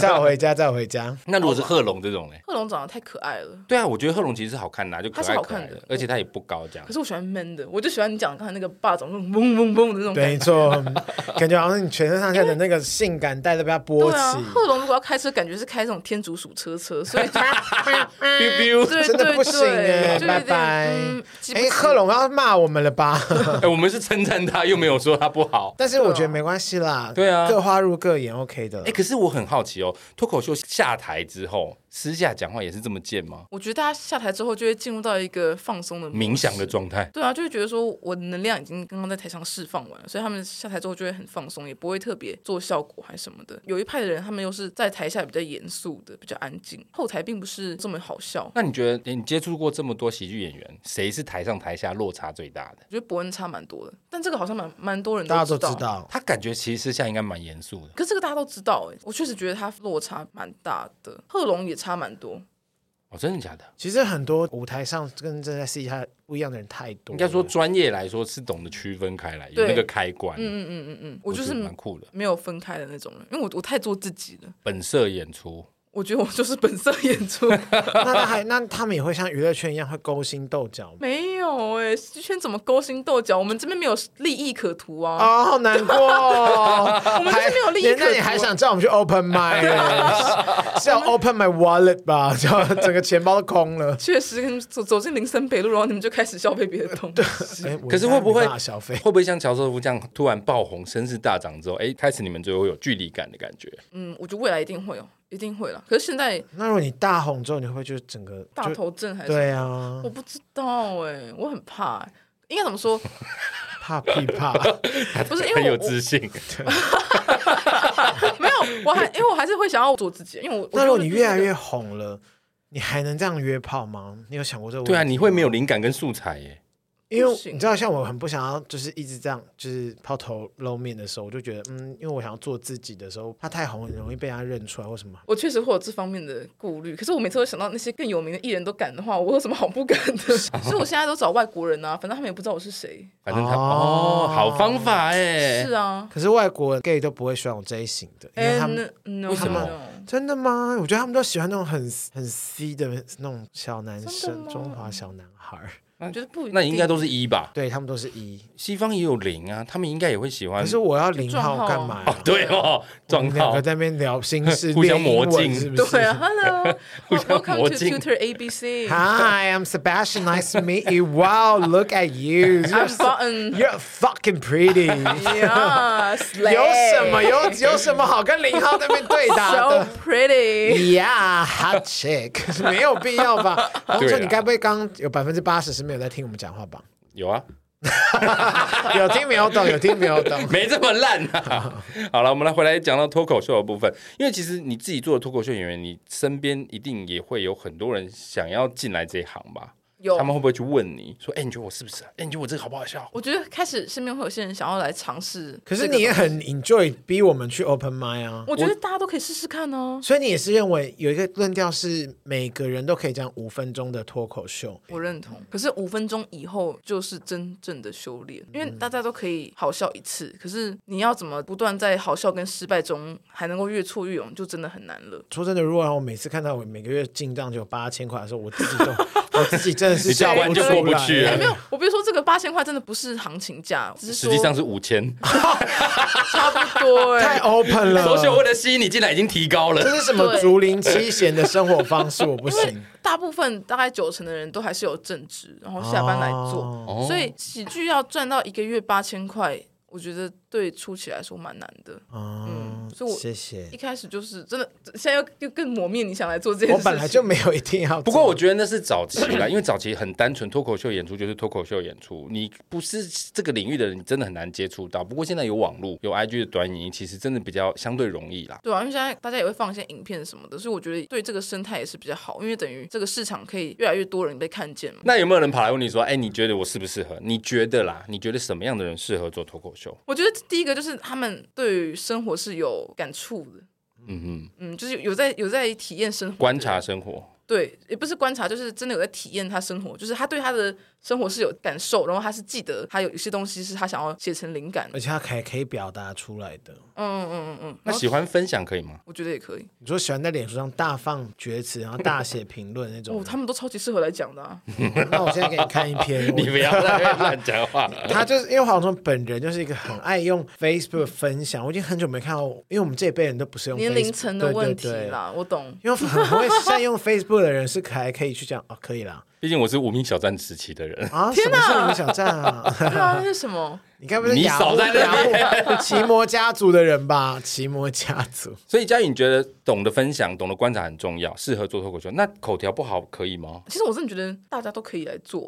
Speaker 1: 载我回家，载我回家。
Speaker 3: 那如果是贺龙这种呢？
Speaker 2: 贺龙长得太可爱了，
Speaker 3: 对啊，我觉得贺龙其实是好看的、啊，就可
Speaker 2: 他是
Speaker 3: 爱
Speaker 2: 好
Speaker 3: 可爱
Speaker 2: 看的
Speaker 3: 而且他也不高，这样
Speaker 2: 可。是我喜欢 man 的，我就喜欢你讲刚才那个霸总那种嗡嗡嗡的那种感
Speaker 1: 对，没
Speaker 2: 觉。
Speaker 1: 错，感觉好像你全身上下的那个性感带都被他
Speaker 2: 对
Speaker 1: 拨
Speaker 2: 啊，
Speaker 1: 起，
Speaker 2: 贺龙如果要开车，感觉是开这种天竺鼠车车，所以就
Speaker 1: (laughs)
Speaker 3: biu
Speaker 2: 对
Speaker 1: 真的
Speaker 2: 对
Speaker 1: 不行哎
Speaker 2: 对，就有
Speaker 1: 拜
Speaker 2: 点
Speaker 1: 拜
Speaker 2: 嗯，。急不
Speaker 1: 哎，
Speaker 2: 及
Speaker 1: 贺龙要骂我们了吧？
Speaker 3: biu，哎，我们是称赞他，又没有说他不 (laughs) 好。
Speaker 1: 但是我觉得没关系啦，
Speaker 3: 啊对啊
Speaker 1: 各花入各眼，OK 的
Speaker 3: 哎、。可是我很好奇哦，脱口秀下台之后，私下讲话也是这么贱吗？
Speaker 2: 我觉得大家下台之后就会进入到一个放松的模式
Speaker 3: 冥想的。状态，
Speaker 2: 对啊，就会觉得说我能量已经刚刚在台上释放完了，所以他们下台之后就会很放松，也不会特别做效果还是什么的。有一派的人，他们又是在台下比较严肃的，比较安静，后台并不是这么好笑。
Speaker 3: 那你觉得哎诶你接触过这么多喜剧演员，谁是台上台下落差最大的？
Speaker 2: 我觉得伯恩差蛮多的，但这个好像蛮蛮多人
Speaker 1: 大家都
Speaker 2: 都
Speaker 1: 知。道，
Speaker 3: 他感觉其实私下应该蛮严肃的
Speaker 2: 可是这个大家都知道哎、我确实觉得他落差蛮大的，贺龙也差蛮多，
Speaker 3: 哦，真的假的？
Speaker 1: 其实很多舞台上跟正在私底下不一样的人太多了。
Speaker 3: 应
Speaker 1: (laughs)
Speaker 3: 该说专业来说是懂得区分开来，有
Speaker 2: 对
Speaker 3: 那个开关。嗯嗯，
Speaker 2: 嗯我就是
Speaker 3: 蛮酷的，
Speaker 2: 没有分开的那种人，因为我我太做自己了，
Speaker 3: 本色演出。
Speaker 2: 我觉得我就是本色演出。 (laughs)
Speaker 1: 那他还那他们也会像娱乐圈一样会勾心斗
Speaker 3: (laughs)
Speaker 1: 角吗？
Speaker 2: 没有哎、喜剧圈怎么勾心斗角？我们这边没有利益可图啊。
Speaker 1: 哦，好难 (laughs) 过、哦。我
Speaker 2: 们就是没有利益
Speaker 1: 人家
Speaker 2: 可
Speaker 1: 你
Speaker 2: 图啊
Speaker 1: 还想叫我们去 open
Speaker 3: (laughs)
Speaker 1: my？耶是要 open my wallet 吧？ (laughs) 叫整个钱包都空了。
Speaker 2: 确实，走走进林森北路，然后你们就开始消费别的东西。
Speaker 1: 哎我
Speaker 3: 可是
Speaker 1: 应该
Speaker 3: 会不会
Speaker 1: 没办法消费？
Speaker 3: 会不会像乔瑟夫这样突然爆红、声势大涨之后，哎、开始你们就会有距离感的感觉？
Speaker 2: 嗯，我觉得未来一定会有，一定会了。可是现在
Speaker 1: 那如果你大红之后，你会不会就整个
Speaker 2: 大
Speaker 1: 就
Speaker 2: 头症还是
Speaker 1: 对啊
Speaker 2: 我，不知道哎、我很怕、欸。应该怎么说？
Speaker 1: 怕屁怕，
Speaker 2: 不是因为
Speaker 3: 很
Speaker 2: 我
Speaker 3: 有
Speaker 2: 我
Speaker 3: 自信。
Speaker 2: (laughs) 没有，我还因为我还是会想要做自己，因为我
Speaker 1: 那如果你越来
Speaker 2: 我觉得
Speaker 1: 越红了，你还能这样约炮吗？你有想过这个问题？
Speaker 3: 对啊，你会没有灵感跟素材耶。
Speaker 1: 因为
Speaker 2: 不行
Speaker 1: 你知道，像我很不想要，就是一直这样，就是抛头露面的时候，我就觉得，嗯，因为我想要做自己的时候，他太红，很容易被他认出来或什么。
Speaker 2: 我确实会有这方面的顾虑，可是我每次都想到那些更有名的艺人都敢的话，我有什么好不敢
Speaker 3: (laughs)
Speaker 2: 的？所以我现在都找外国人啊，反正他们也不知道我是谁。
Speaker 3: 反正他
Speaker 1: 哦
Speaker 3: 哦好方法哎。
Speaker 2: 是啊，
Speaker 1: 可是外国 gay 都不会喜欢我这一型的，因为他们
Speaker 2: And no,
Speaker 3: 为什么
Speaker 2: no, no
Speaker 1: 真的吗？我觉得他们都喜欢那种很很 C 的那种小男生
Speaker 2: 真，的吗
Speaker 1: 中华小男孩儿。
Speaker 2: 我觉得不一定，
Speaker 3: 那应该都是一吧？
Speaker 1: 对他们都是一，
Speaker 3: 西方也有零啊，他们应该也会喜欢。
Speaker 1: 可是我要零
Speaker 2: 撞
Speaker 1: 号
Speaker 2: 号啊
Speaker 1: 干嘛、
Speaker 3: 哦，对哦，
Speaker 1: 我们
Speaker 3: 撞
Speaker 1: 两
Speaker 3: 号
Speaker 1: 个在那边聊心事，
Speaker 3: (laughs) 互相
Speaker 1: 练英文
Speaker 3: 磨镜
Speaker 1: 是不是？
Speaker 2: 对啊。Hello,
Speaker 3: (laughs) 互相
Speaker 2: welcome
Speaker 3: 魔
Speaker 2: to
Speaker 3: 镜
Speaker 2: Tutor ABC.
Speaker 1: Hi, I'm Sebastian. Nice to meet you. Wow, look at you.
Speaker 2: I'm
Speaker 1: You're, so-
Speaker 2: Button.
Speaker 1: you're fucking pretty.
Speaker 2: Yes,
Speaker 1: 有什么有有什么好跟零号那边对打
Speaker 2: so
Speaker 1: 的
Speaker 2: pretty？
Speaker 1: ？Yeah, hot chick，没 (laughs) 有必
Speaker 2: (laughs)
Speaker 1: 要吧？黄
Speaker 3: 对
Speaker 1: 秋，
Speaker 3: 啦
Speaker 1: 你该不会刚有百分之八十是没有在听我们讲话
Speaker 2: (laughs)
Speaker 1: 吧？
Speaker 3: 有啊，
Speaker 1: 有听没有懂？有听没有
Speaker 2: (laughs)
Speaker 1: 懂？
Speaker 3: (laughs) 没这么烂啊。好了，我们来回来讲到脱口秀的部分，因为其实你自己做的脱口秀演员，你身边一定也会有很多人想要进来这一行吧？
Speaker 2: 有
Speaker 3: 他们会不会去问你说：“哎、你觉得我是不是啊？哎、你觉得我这个好不好笑
Speaker 2: 我觉得开始身边会有些人想要来尝试，
Speaker 1: 可是你也，很 enjoy 逼我们去 open mind 啊，
Speaker 2: 我觉得大家都可以试试看哦。
Speaker 1: 所以你也是认为有一个论调是每个人都可以讲五分钟的脱口秀，
Speaker 2: 我认同，可是五分钟以后就是真正的修炼，因为大家都可以好笑一次，可是你要怎么不断在好笑跟失败中还能够越挫越勇，就真的很难了。
Speaker 1: 说真的，如果让我每次看到我每个月进账就有八千块的时候，我自己都我自己真的是笑
Speaker 3: (laughs) 你这
Speaker 1: 出来
Speaker 3: 样就过不去了
Speaker 2: 哎，没有，我比如说这个八千块真的不是行情价，只？”是
Speaker 3: 实
Speaker 2: 说
Speaker 3: 际上是五千。
Speaker 2: 差不多
Speaker 1: 太
Speaker 2: 哎、
Speaker 1: open 了。
Speaker 3: 首选为了吸引你进来已经提高
Speaker 1: 这
Speaker 3: 了。
Speaker 1: 是什么
Speaker 2: 对
Speaker 1: 竹林七贤的生活方式？我不行。
Speaker 2: 大部分大概九成的人都还是有正职，然后下班来做，
Speaker 1: 哦
Speaker 3: 哦
Speaker 2: 所以喜剧要赚到一个月八千块，我觉得对初期来说蛮难的。
Speaker 1: 哦，
Speaker 2: 嗯所以我
Speaker 1: 谢谢
Speaker 2: 一。开始就是真的，现在又又更磨灭你想来做这件事情。
Speaker 1: 我本来就没有一定要做，
Speaker 3: 不过我觉得那是早期啦，因为早期很单纯，脱口秀演出就是脱口秀演出，你不是这个领域的人，你真的很难接触到。不过现在有网络，有 IG 的短影音，其实真的比较相对容易啦。
Speaker 2: 对啊，因为现在大家也会放一些影片什么的，所以我觉得对这个生态也是比较好，因为等于这个市场可以越来越多人被看见嘛。
Speaker 3: 那有没有人跑来问你说：“哎、你觉得我适不适合？你觉得啦？你觉得什么样的人适合做脱口秀
Speaker 2: 我觉得第一个就是他们对于生活是有感触的，？”
Speaker 3: 嗯
Speaker 2: 嗯，就是有在有在体验生活
Speaker 3: 哼，
Speaker 2: 的，
Speaker 3: 观察生活，
Speaker 2: 对，也不是观察，就是真的有在体验他生活，就是他对他的生活是有感受，然后他是记得他有一些东西是他想要写成灵感的。
Speaker 1: 而且他还可以表达出来的。
Speaker 2: 嗯嗯嗯嗯，
Speaker 3: 那
Speaker 2: 然后
Speaker 3: 喜欢分享可以吗？
Speaker 2: 我觉得也可以。
Speaker 1: 你说喜欢在脸书上大放厥词，然后大写评论那
Speaker 2: 哦
Speaker 1: 种，。
Speaker 2: 他们都超级适合来讲的、啊。
Speaker 1: (laughs) 那我现在给你看一
Speaker 3: (laughs)
Speaker 1: 篇，
Speaker 3: (laughs) 你不要在那边乱讲话。
Speaker 1: (laughs) 他就是因为黄忠本人就是一个很爱用 Facebook 分享，我已经很久没看到，因为我们这一辈人都不是用 Facebook,
Speaker 2: 年龄层的问题
Speaker 1: 对对对
Speaker 2: 啦，
Speaker 1: (laughs)
Speaker 2: 我懂。
Speaker 1: 因为很会善用 Facebook 的人是还可以去讲哦，可以啦
Speaker 3: (laughs) 毕竟我是无名小站时期的人，
Speaker 1: 啊！什么是你们小站啊？ (laughs)
Speaker 2: 对啊，那是什么？
Speaker 1: 你该不是
Speaker 3: 你
Speaker 1: 雅
Speaker 3: 少
Speaker 1: 虎
Speaker 3: 在那边
Speaker 1: 雅虎奇摩家族的人吧？奇摩家族，
Speaker 3: 所以佳宇，你觉得懂得分享、懂得观察很重要，适合做脱口秀。那口条不好可以吗？
Speaker 2: 其实我真的觉得大家都可以来做，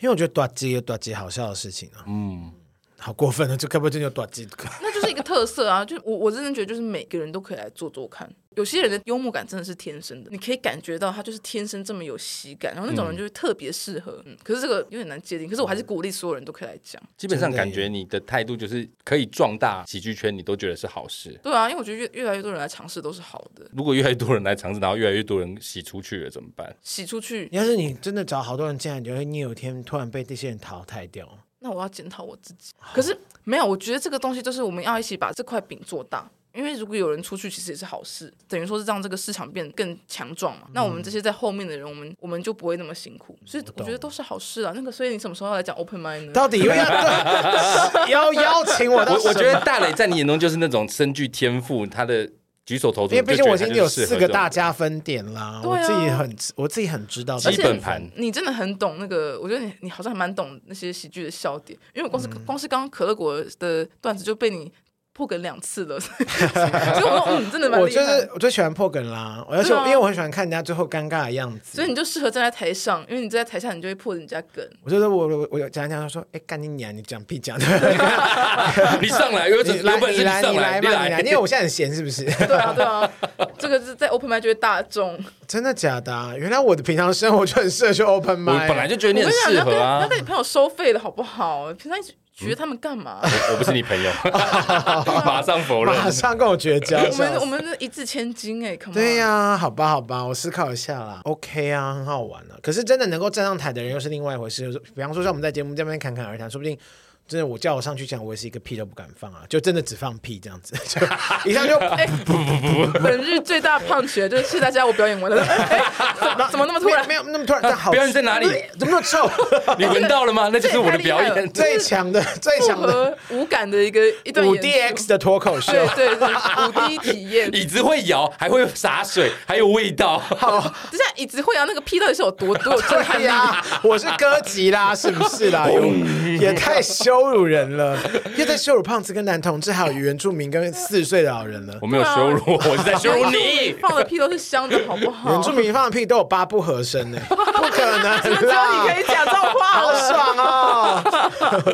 Speaker 1: 因为我觉得短机有短机好笑的事情啊，
Speaker 3: 嗯，
Speaker 1: 好过分啊！这该不会真的有短机？
Speaker 2: 那就是一个特色啊。就我我真的觉得，就是每个人都可以来做做看。有些人的幽默感真的是天生的，你可以感觉到他就是天生这么有喜感，然后那种人就是特别适合。嗯，可是这个有点难界定，可是我还是鼓励所有人都可以来讲。
Speaker 3: 基本上
Speaker 1: 真的耶
Speaker 3: 感觉你的态度就是可以壮大喜剧圈，你都觉得是好事。
Speaker 2: 对啊，因为我觉得越越来越多人来尝试都是好的，
Speaker 3: 如果越来越多人来尝试，然后越来越多人洗出去了，怎么办？
Speaker 2: 洗出去。
Speaker 1: 要是你真的找好多人进来，你就会你有一天突然被这些人淘汰掉。
Speaker 2: 那我要检讨我自己。可是没有，我觉得这个东西就是我们要一起把这块饼做大。因为如果有人出去，其实也是好事，等于说是让这个市场变更强壮嘛。那我们这些在后面的人，我们我们就不会那么辛苦，所以我觉得都是好事啊。那个，所以你什么时候要来讲 open mind 呢？
Speaker 1: 到底
Speaker 3: (laughs)
Speaker 1: 又要要邀请我到
Speaker 3: 我
Speaker 1: 什么？
Speaker 3: 我觉得大磊在你眼中就是那种身具天赋，他的举手投足，
Speaker 1: 因为毕竟我已经有
Speaker 3: 就觉得他就是适合
Speaker 1: 四个
Speaker 3: 这种
Speaker 1: 大加分点啦，
Speaker 2: 对
Speaker 1: 我
Speaker 2: 啊
Speaker 1: 自己很我自己很知道
Speaker 3: 而
Speaker 1: 这
Speaker 2: 而
Speaker 1: 个。
Speaker 3: 基
Speaker 2: 且
Speaker 3: 本盘
Speaker 2: 你真的很懂那个，我觉得你你好像还蛮懂那些喜剧的笑点，因为我光是、光是刚刚可乐果的段子就被你破梗两次了， (laughs) 所以所以我说嗯，真的蛮
Speaker 1: 我
Speaker 2: 厉
Speaker 1: 就
Speaker 2: 害的。
Speaker 1: 是我最喜欢破梗啦，而且
Speaker 2: 对
Speaker 1: 我
Speaker 2: 啊
Speaker 1: 因为我很喜欢看人家最后尴尬的样子，
Speaker 2: 所以你就适合站在台上，因为你站在台下，你就会破人家梗。
Speaker 1: 我就是我我我有讲一讲，他说哎干你娘，你讲屁讲，
Speaker 3: (laughs)
Speaker 1: 对
Speaker 3: 你上来，有
Speaker 1: 你
Speaker 3: 本有
Speaker 1: 来
Speaker 3: 本事
Speaker 1: 你来
Speaker 3: 上
Speaker 1: 你
Speaker 3: 来，
Speaker 1: 来
Speaker 3: 你
Speaker 1: 吧你来，因为
Speaker 3: 来。
Speaker 1: 我现在很闲是不是？ (laughs)
Speaker 2: (laughs) 对啊，对啊，这个是在 open mic 就会大众。我
Speaker 1: 真的假的啊？原来我的平常生活就很适合去 open m
Speaker 3: 我
Speaker 1: i
Speaker 3: 本来就觉得你
Speaker 2: 跟
Speaker 3: 很
Speaker 2: 你讲，你
Speaker 3: 适
Speaker 2: 要跟
Speaker 3: 合
Speaker 2: 你
Speaker 3: 啊
Speaker 2: 要，跟你朋友收费的好不好？平常一直学他们干
Speaker 3: (laughs)
Speaker 2: 嘛？
Speaker 3: 我不是你朋友，
Speaker 1: (laughs)
Speaker 3: 马上否认。
Speaker 1: 啊马上跟我绝
Speaker 3: (laughs)
Speaker 1: 交，
Speaker 2: 我
Speaker 1: 笑
Speaker 2: 们
Speaker 1: 死
Speaker 2: 我们是一掷千金哎、c o m e on。
Speaker 1: 对呀、好吧，好吧，我思考一下啦。OK 啊，很好玩啊。可是真的能够站上台的人又是另外一回事。就是比方说，像我们在节目这边侃侃而谈，说不定真的我叫我上去讲，我也是一个屁都不敢放啊，就真的只放屁这样子， (laughs)
Speaker 2: (laughs)
Speaker 1: 就一上就
Speaker 2: 哎、本日最大胖曲就是谢大家，我表演完
Speaker 3: (laughs)
Speaker 2: 了。哎、怎么怎么那么突然？
Speaker 1: 没有没有那么突然，但好
Speaker 3: 表演在哪里？
Speaker 1: 怎么那么
Speaker 2: (laughs)
Speaker 1: 臭？
Speaker 3: 你闻到了吗？那就是我的表
Speaker 2: 这也太厉害了。
Speaker 3: 演
Speaker 1: 最强的最
Speaker 2: 不
Speaker 1: 强的
Speaker 2: 合无感的一个一段
Speaker 1: 五
Speaker 2: 演出
Speaker 1: DX 的脱口秀，
Speaker 2: 对对对，五 D 体
Speaker 3: (laughs)
Speaker 2: 验。
Speaker 3: 椅子会摇，还会洒水，还有味道。
Speaker 2: 就像椅子会啊，那个屁到底是有多多有震撼
Speaker 1: 对
Speaker 2: 力？
Speaker 1: 哎
Speaker 2: 哎
Speaker 1: 呀、我是歌姬
Speaker 2: (laughs)
Speaker 1: 啦，是不是啦？有也太羞辱人了，又在羞辱胖子跟男同志，还有原住民跟四十岁的老人了
Speaker 3: 我。没有羞辱，我是在羞辱你。
Speaker 2: 放的屁都是香的，好不好？
Speaker 1: 原住民放的屁都有八不合身
Speaker 2: (laughs)
Speaker 1: 呢、不可能
Speaker 2: 哦只有你可
Speaker 1: 啦！
Speaker 2: 以讲这种话
Speaker 1: 好
Speaker 2: 了。
Speaker 1: 爽哦！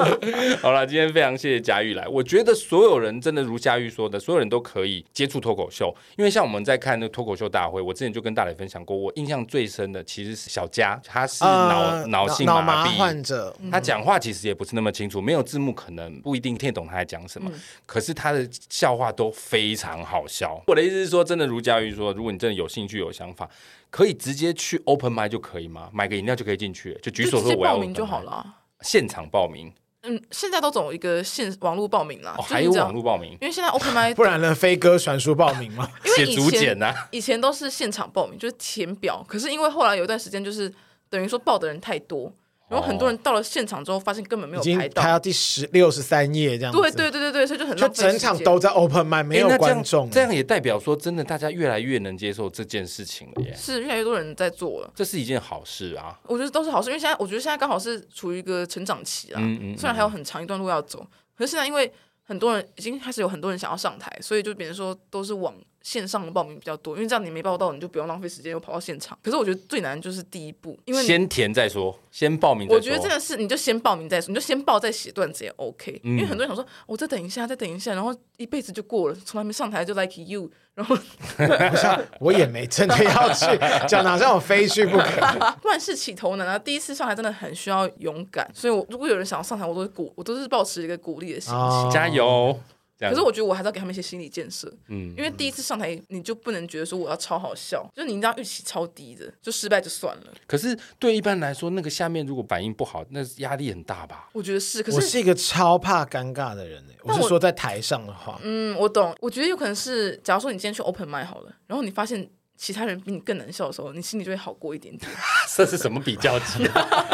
Speaker 3: 好了，今天非常谢谢佳玉来。我觉得所有人真的如佳玉说的，所有人都可以接触脱口秀，因为像我们在看那个脱口秀大会，我之前就跟大磊分享过，我印象最深的其实是小佳，他是脑、
Speaker 1: 呃
Speaker 3: 脑性
Speaker 1: 脑
Speaker 3: 麻
Speaker 1: 麻
Speaker 3: 痹
Speaker 1: 患者，
Speaker 2: 嗯
Speaker 3: 他讲话其实也不是那么清楚，没有字幕可能不一定听得懂他在讲什
Speaker 2: 嗯
Speaker 3: 么。可是他的笑话都非常好笑。我的意思是说，真的如佳玉说，如果你真的有兴趣有想法，可以直接去 open mic 就可以吗？买个饮料就可以进去，就举手
Speaker 2: 就直
Speaker 3: 说
Speaker 2: 接
Speaker 3: 我要
Speaker 2: 报名
Speaker 3: open
Speaker 2: 就好
Speaker 3: mic，
Speaker 2: 了啊。
Speaker 3: 现场报名
Speaker 2: 嗯，现在都总有一个线网络报名啦，
Speaker 3: 哦，
Speaker 2: 就是
Speaker 3: 还有
Speaker 2: 这样
Speaker 3: 网络报名，
Speaker 2: 因为现在 open
Speaker 1: (laughs)
Speaker 2: mic
Speaker 1: 不然呢？飞哥传书报名吗？
Speaker 2: 因
Speaker 3: 写
Speaker 2: 为以
Speaker 3: 竹简
Speaker 2: 前
Speaker 1: 啊
Speaker 3: 呐、
Speaker 2: 以前都是现场报名，就是填表，可是因为后来有一段时间就是等于说报的人太多，然后很多人到了现场之后发现根本 (laughs) 没
Speaker 1: 哦已
Speaker 2: 有
Speaker 1: 经
Speaker 2: 排到
Speaker 1: 排，到第十六十三页这样子。
Speaker 2: 对对对对对，所以就很
Speaker 1: 就
Speaker 2: 浪费
Speaker 1: 整
Speaker 2: 时
Speaker 1: 场
Speaker 2: 间
Speaker 1: 都在 open m i 没
Speaker 3: 诶
Speaker 1: 有
Speaker 3: 那这样
Speaker 1: 观众。啊
Speaker 3: 这样也代表说，真的大家越来越能接受这件事情了耶，
Speaker 2: 是越来越多人在做了。
Speaker 3: 这是一件好事啊。
Speaker 2: 我觉得都是好事，因为现在我觉得现在刚好是处于一个成长期啦，
Speaker 3: 嗯嗯
Speaker 2: 虽然还有很长一段路要走，可是现在因为很多人已经开始有很多人想要上台，所以就变成说都是往线上的报名比较多，因为这样你没报到，你就不用浪费时间又跑到现场。可是我觉得最难就是第一步，因为你
Speaker 3: 先填再说，先报名再说。
Speaker 2: 我觉得真的是，你就先报名再说，你就先报再写段子也 OK，、因
Speaker 3: 嗯
Speaker 2: 为很多人想说，哦我、再等一下，再等一下，然后一辈子就过了，从来没上台就 like you，然后
Speaker 1: 不是啊，我也没真的要
Speaker 3: (laughs)
Speaker 1: 去，讲得好像我非去不可。
Speaker 2: 万事起头难啊！第一次上台真的很需
Speaker 3: 啊
Speaker 2: 要勇敢，所以我如果有人想要上台，我都是鼓，我都是保持一个鼓励的心情。
Speaker 1: 哦
Speaker 3: 加油，这样
Speaker 2: 可是我觉得我还是要给他们一些心理建设，
Speaker 3: 嗯
Speaker 2: 因为第一次上台你就不能觉得说我要超好笑，就是你一定要预期超低的，就失败就算了。
Speaker 3: 可是对一般来说，那个下面如果反应不好，那压力很大吧？ (laughs)
Speaker 2: 我觉得是，可
Speaker 1: 我
Speaker 2: 是
Speaker 1: 是一个超怕尴尬的人欸我
Speaker 2: 但
Speaker 1: 是
Speaker 2: 我
Speaker 1: 说在台上的话，
Speaker 2: 嗯，我懂，我觉得有可能是，假如说你今天去 open m i 好了，然后你发现。其他人比你更难笑的时候，你心里就会好过一点点。
Speaker 3: 这是什么比较级？啊
Speaker 1: (laughs)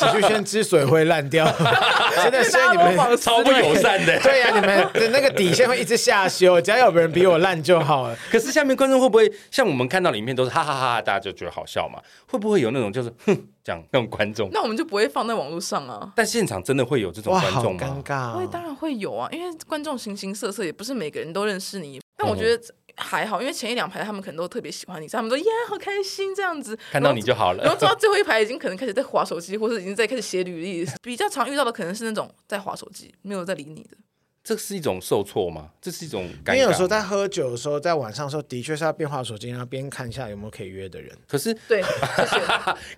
Speaker 1: 喜剧圈之所以会烂
Speaker 2: (laughs)
Speaker 1: 掉，真的是因为你们
Speaker 2: 大家都往。
Speaker 3: 超不友善的。
Speaker 1: 对呀、你们的那个底线会一直下修，只要有人比我烂就好了。
Speaker 3: (laughs) 可是下面观众会不会像我们看到的影片都是哈哈哈哈，大家就觉得好笑嘛？会不会有那种就是哼这样那种观众？
Speaker 2: 那我们就不会放在网络上啊。
Speaker 3: 但现场真的会有这
Speaker 1: (laughs)
Speaker 3: 种
Speaker 1: 哇，
Speaker 3: 观
Speaker 1: 好
Speaker 3: 众
Speaker 1: 尴
Speaker 3: 吗？
Speaker 1: 尬、
Speaker 2: 会，
Speaker 1: 哦！
Speaker 2: 当然会有啊，因为观众形形色色，也不是每个人都认识你。但我觉得还好，因为前一两排他们可能都特别喜欢你，所以他们都耶好开心这样子。
Speaker 3: 看到你就好了
Speaker 2: (laughs) 然后。然后坐到最后一排，已经可能开始在划手机，或是已经在开始写履历。比较常遇到的可能是那种在划手机，没有在理你的。
Speaker 3: 这是一种受挫吗？这是一种
Speaker 1: 因
Speaker 3: 尴尬。
Speaker 1: 为有时候在，喝酒的时候，在晚上的时候，的确是要边划手机，然后边看一下有没有可以约的人。
Speaker 3: 可是
Speaker 2: 对，就是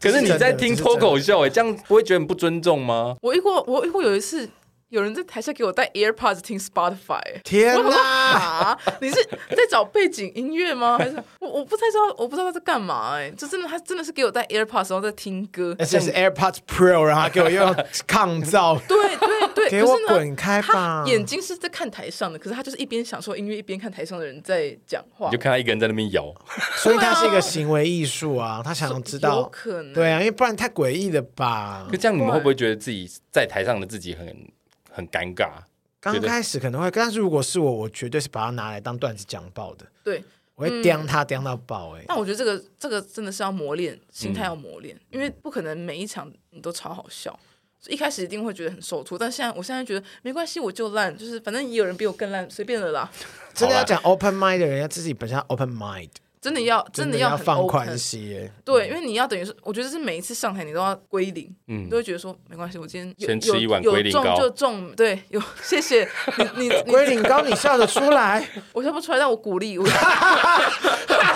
Speaker 3: 可是你在听
Speaker 1: 这是真的
Speaker 3: 脱口秀，哎，这样不会觉得很不尊重吗？
Speaker 2: 我遇过，我遇过有一次。有人在台下给我戴 AirPods 听 Spotify，
Speaker 1: 天
Speaker 2: 我想说
Speaker 1: 哪！
Speaker 2: 啊，你是在找背景音乐吗？还是我我不太知道，我不知道他在干嘛哎、就真的他真的是给我戴 AirPods 然后在听歌，，
Speaker 1: 而且是 AirPods Pro，然后还给我用抗噪
Speaker 2: 对对
Speaker 1: (laughs)
Speaker 2: 对，
Speaker 1: 给
Speaker 2: 可
Speaker 1: 我
Speaker 2: 是呢
Speaker 1: 滚开吧
Speaker 2: 他！眼睛是在看台上的，可是他就是一边享受音乐一边看台上的人在讲话
Speaker 3: 你就，看他一个人在那边摇，
Speaker 1: 所以它是一个行为艺术 (laughs) 啊，他想要知道，
Speaker 2: 有可能
Speaker 1: 对啊，因为不然太诡异了吧
Speaker 3: 可？这样你们会不会觉得自己在台上的自己很很尴尬？
Speaker 1: 刚开始可能会，但是如果是我，我绝对是把它拿来当段子讲爆的，
Speaker 2: 对。
Speaker 1: 我会刁他刁到爆哎、欸
Speaker 2: 但我觉得这个这个真的是要磨练，心态要磨
Speaker 1: 嗯
Speaker 2: 练，因为不可能每一场你都超好笑。所以一开始一定会觉得很受挫，但现在我现在觉得没关系，我就烂，就是反正也有人比我更烂，随便了啦。
Speaker 1: 真的要讲 open mind 的人，要自己本身要 open mind，
Speaker 2: 真的要
Speaker 1: 真
Speaker 2: 的
Speaker 1: 要
Speaker 2: 很
Speaker 1: 放
Speaker 2: open
Speaker 1: 宽心、欸。
Speaker 2: 对，
Speaker 3: 嗯
Speaker 2: 因为你要等于是，我觉得是每一次上台你都要归零，嗯，你都会觉得说没关系，我今天有
Speaker 3: 先
Speaker 2: 有
Speaker 3: 吃一碗
Speaker 2: 有
Speaker 3: 龟苓
Speaker 2: 中
Speaker 3: 膏
Speaker 2: 就中，对，有 (laughs) 谢谢你你你，
Speaker 1: 龟苓膏你笑得出来，
Speaker 2: 我笑不出来，但我鼓励我，
Speaker 1: (laughs)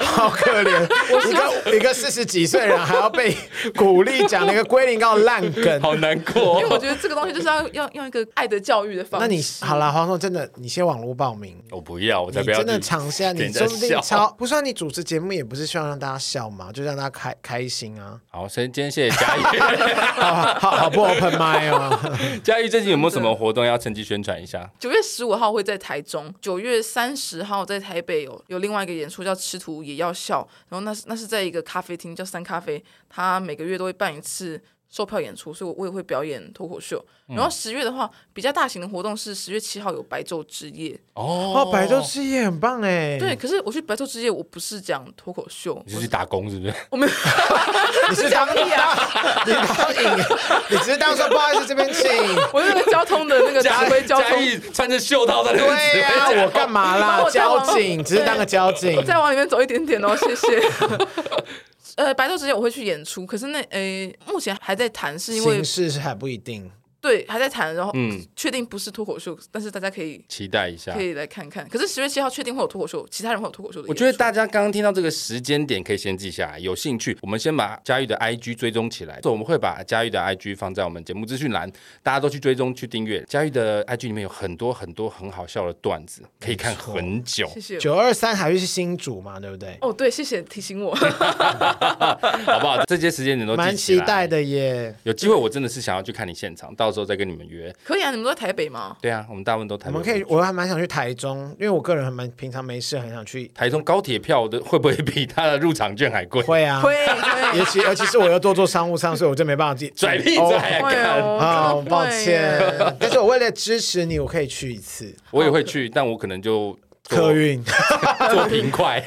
Speaker 1: 好可 (laughs) 怜！一个一个四十几岁人还要被鼓励讲那 (laughs) 个龟苓膏烂梗，
Speaker 3: 好难过、
Speaker 2: 因为我
Speaker 3: 哦。
Speaker 2: 觉得这个东西就是要要用一个爱的教育的方式。
Speaker 1: 那你好啦，黄总，真的，你先网络报名，
Speaker 3: 我不要，我才
Speaker 1: 你
Speaker 3: 不要去
Speaker 1: 真的尝试啊！
Speaker 3: 给
Speaker 1: 你
Speaker 3: 人家
Speaker 1: 说不定
Speaker 3: 笑。
Speaker 1: 超不算你主持节目，也不是希望让大家笑嘛，就让大家开开心 (laughs) 啊！
Speaker 3: 好，先今天谢谢
Speaker 1: (laughs)
Speaker 3: 佳玉。
Speaker 1: 好好好不 open mind 哦，
Speaker 3: 佳玉最近有没有什么活动要趁机宣传
Speaker 1: (laughs)
Speaker 3: 一下？
Speaker 2: 九月十五号会在台中，九月三十号在台北有有另外一个演出叫《吃土也要笑》，然后那是那是在一个咖啡厅叫三咖啡，它每个月都会办一次售票演出，所以我我也会表演脱口秀。
Speaker 3: 嗯
Speaker 2: 然后十月的话，比较大型的活动是十月七号有白昼之夜，
Speaker 3: 哦
Speaker 1: 哦，白昼之夜很棒哎！
Speaker 3: 嗯
Speaker 2: 对，，可是我去白昼之夜，我不是讲脱口
Speaker 3: (laughs)
Speaker 2: 秀，
Speaker 3: 你是去打工是不是？
Speaker 2: 我们
Speaker 1: 你是当啊 (laughs) 你
Speaker 3: 啊
Speaker 1: 当影，你只是当说不好意思，这边请。
Speaker 2: (laughs) 我是那个交通的那个指挥交
Speaker 3: 嘉
Speaker 2: 通，
Speaker 1: 啊
Speaker 3: 义穿着袖套在那边
Speaker 1: 对
Speaker 3: 指
Speaker 1: 呀、
Speaker 3: 挥 (laughs)
Speaker 1: 我干嘛
Speaker 2: 你帮
Speaker 1: 啦？
Speaker 2: 我当
Speaker 1: 交
Speaker 2: 网
Speaker 1: 警只是当个交警。
Speaker 2: 再往里面走一点点哦，谢
Speaker 3: (laughs)
Speaker 2: 谢。呃，白昼之夜我会去演出，可是那呃，目前还在谈，是因为
Speaker 1: 形式是还不一定，
Speaker 2: 对，还在谈，然后
Speaker 3: 嗯
Speaker 2: 确定不是脱口秀，但是大家可以
Speaker 3: 期待一下
Speaker 2: 可。以来看看。可是十月七号确定会有脱口秀，其他人会有脱口秀的演出。
Speaker 3: 我觉得大家刚刚听到这个时间点，可以先记下来。有兴趣，我们先把佳玉的 IG 追踪起来。我们会把佳玉的 IG 放在我们节目资讯栏，大家都去追踪、去订阅。佳玉的 IG 里面有很多很多很好笑的段子，可以看很久。
Speaker 2: 谢谢
Speaker 1: 九二三还会是新主嘛，对不对？
Speaker 2: 哦，对，谢谢提醒我。
Speaker 3: 好不好？这些时间点都记
Speaker 1: 蛮
Speaker 3: 起
Speaker 1: 期
Speaker 3: 来
Speaker 1: 待。的耶。
Speaker 3: 有机会我真的是想要去看你现场，到时候再跟你们约。
Speaker 2: (laughs) 可以啊，你们都在台北吗？
Speaker 3: 对啊，我们大部分都台
Speaker 1: 我
Speaker 3: 北
Speaker 1: 们可以，我还蛮想去台中，因为我个人还蛮平常没事，很想去。
Speaker 3: 台中高铁票的会不会比他的入场券还
Speaker 1: (laughs)
Speaker 3: 贵？
Speaker 1: 会啊，
Speaker 2: 会会
Speaker 3: (laughs)
Speaker 1: 尤其尤其是我又多做商务舱，所以我真没办法自己
Speaker 3: 拽屁
Speaker 1: 哦
Speaker 3: 拽啊！
Speaker 2: 会
Speaker 3: 干
Speaker 1: 哦
Speaker 2: 哦，真的会啊
Speaker 1: 抱
Speaker 2: 耶
Speaker 1: 歉。但是我为了支持你，我可以去一次
Speaker 3: 我也会去，但我可能就坐
Speaker 1: 客运。 (laughs)
Speaker 3: 坐平快，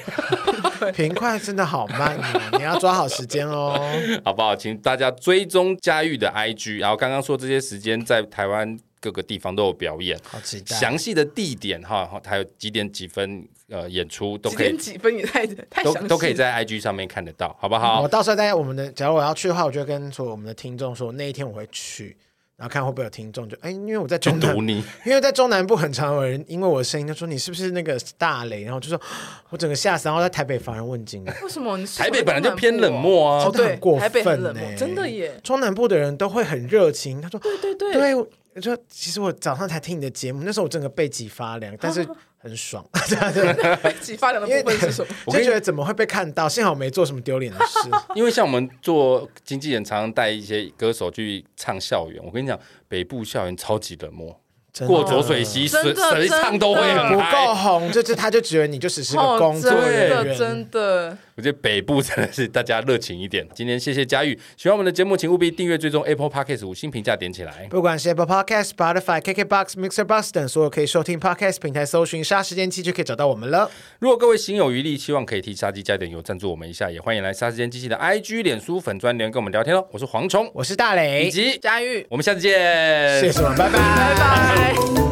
Speaker 1: 平快真的好慢啊，你要抓好时间哦。
Speaker 3: 好不好？请大家追踪佳玉的 IG，然后刚刚说这些时间在台湾各个地方都有表演，
Speaker 1: 好期待。
Speaker 3: 详细的地点哈，还有几点几分呃演出都
Speaker 2: 几
Speaker 3: 可以
Speaker 2: 点。几分也太太
Speaker 3: 都
Speaker 2: 详细，
Speaker 3: 都可以。在 IG 上面看得到，好不
Speaker 1: 我
Speaker 3: 好？
Speaker 1: 到时候大家我们的，假如我要去的话，我就跟所有我们的听众说，那一天我会去，然后看会不会有听众就哎，因为我在
Speaker 3: 就
Speaker 1: 中南
Speaker 3: 堵，你，
Speaker 1: (laughs) 因为在中南部很常有人因为我的声音就说你是不是那个大雷，然后我就说啊我整个吓死，然后在台北乏人问津，
Speaker 2: 为什么你
Speaker 3: 台北本来就偏冷漠啊
Speaker 2: 哦，
Speaker 1: (laughs) 真的
Speaker 2: 对
Speaker 1: 很过，
Speaker 2: 台北很冷哦
Speaker 1: 分欸
Speaker 2: 漠，真的耶。
Speaker 1: 中南部的人都会很热情，他说
Speaker 2: 对对
Speaker 1: 对。我就其实我早上才听你的节目，那时候我整个背脊发
Speaker 2: (laughs)
Speaker 1: 凉，但是很爽，对啊对啊，
Speaker 2: 起发凉的
Speaker 1: 因
Speaker 2: (laughs)
Speaker 1: 为
Speaker 2: 部分
Speaker 1: (laughs)
Speaker 2: 是什么？
Speaker 1: 我就觉得怎么会被看到？幸好我没做什么丢脸的
Speaker 2: (laughs)
Speaker 1: 事。
Speaker 3: 因为像我们做经纪人，常常带一些歌手去唱校园。我跟你讲，北部校园超级冷漠，
Speaker 1: 真的
Speaker 3: 过浊水溪
Speaker 2: 真
Speaker 3: 谁
Speaker 2: 的
Speaker 3: 谁
Speaker 2: 真的
Speaker 3: 唱都会
Speaker 1: 不
Speaker 3: 很
Speaker 1: 够
Speaker 3: 嗨。
Speaker 1: 红，就就他就觉得你就只是个
Speaker 2: 哦，
Speaker 1: 工
Speaker 2: 真
Speaker 1: 作人
Speaker 2: 的
Speaker 1: 员。
Speaker 2: 真的，
Speaker 3: 我觉得北部真的是大家热情一点。今天谢谢佳玉，喜欢我们的节目，请务必订阅、追踪 Apple Podcast 五星评价点起来。
Speaker 1: 不管是 Apple Podcast、Spotify、KKBox、Mixer Box 等所有可以收听 Podcast 平台，搜寻“杀时间机”就可以找到我们了。
Speaker 3: 如果各位心有余力，希望可以替杀鸡加点油赞助我们一下，也欢迎来杀时间机器的 IG、脸书粉专留言跟我们聊天哦。我是蝗虫，
Speaker 1: 我是大
Speaker 3: 以
Speaker 1: 雷，
Speaker 3: 及
Speaker 2: 佳玉，
Speaker 3: 我们下次见，
Speaker 1: 谢谢我们，拜拜，拜
Speaker 2: 拜拜。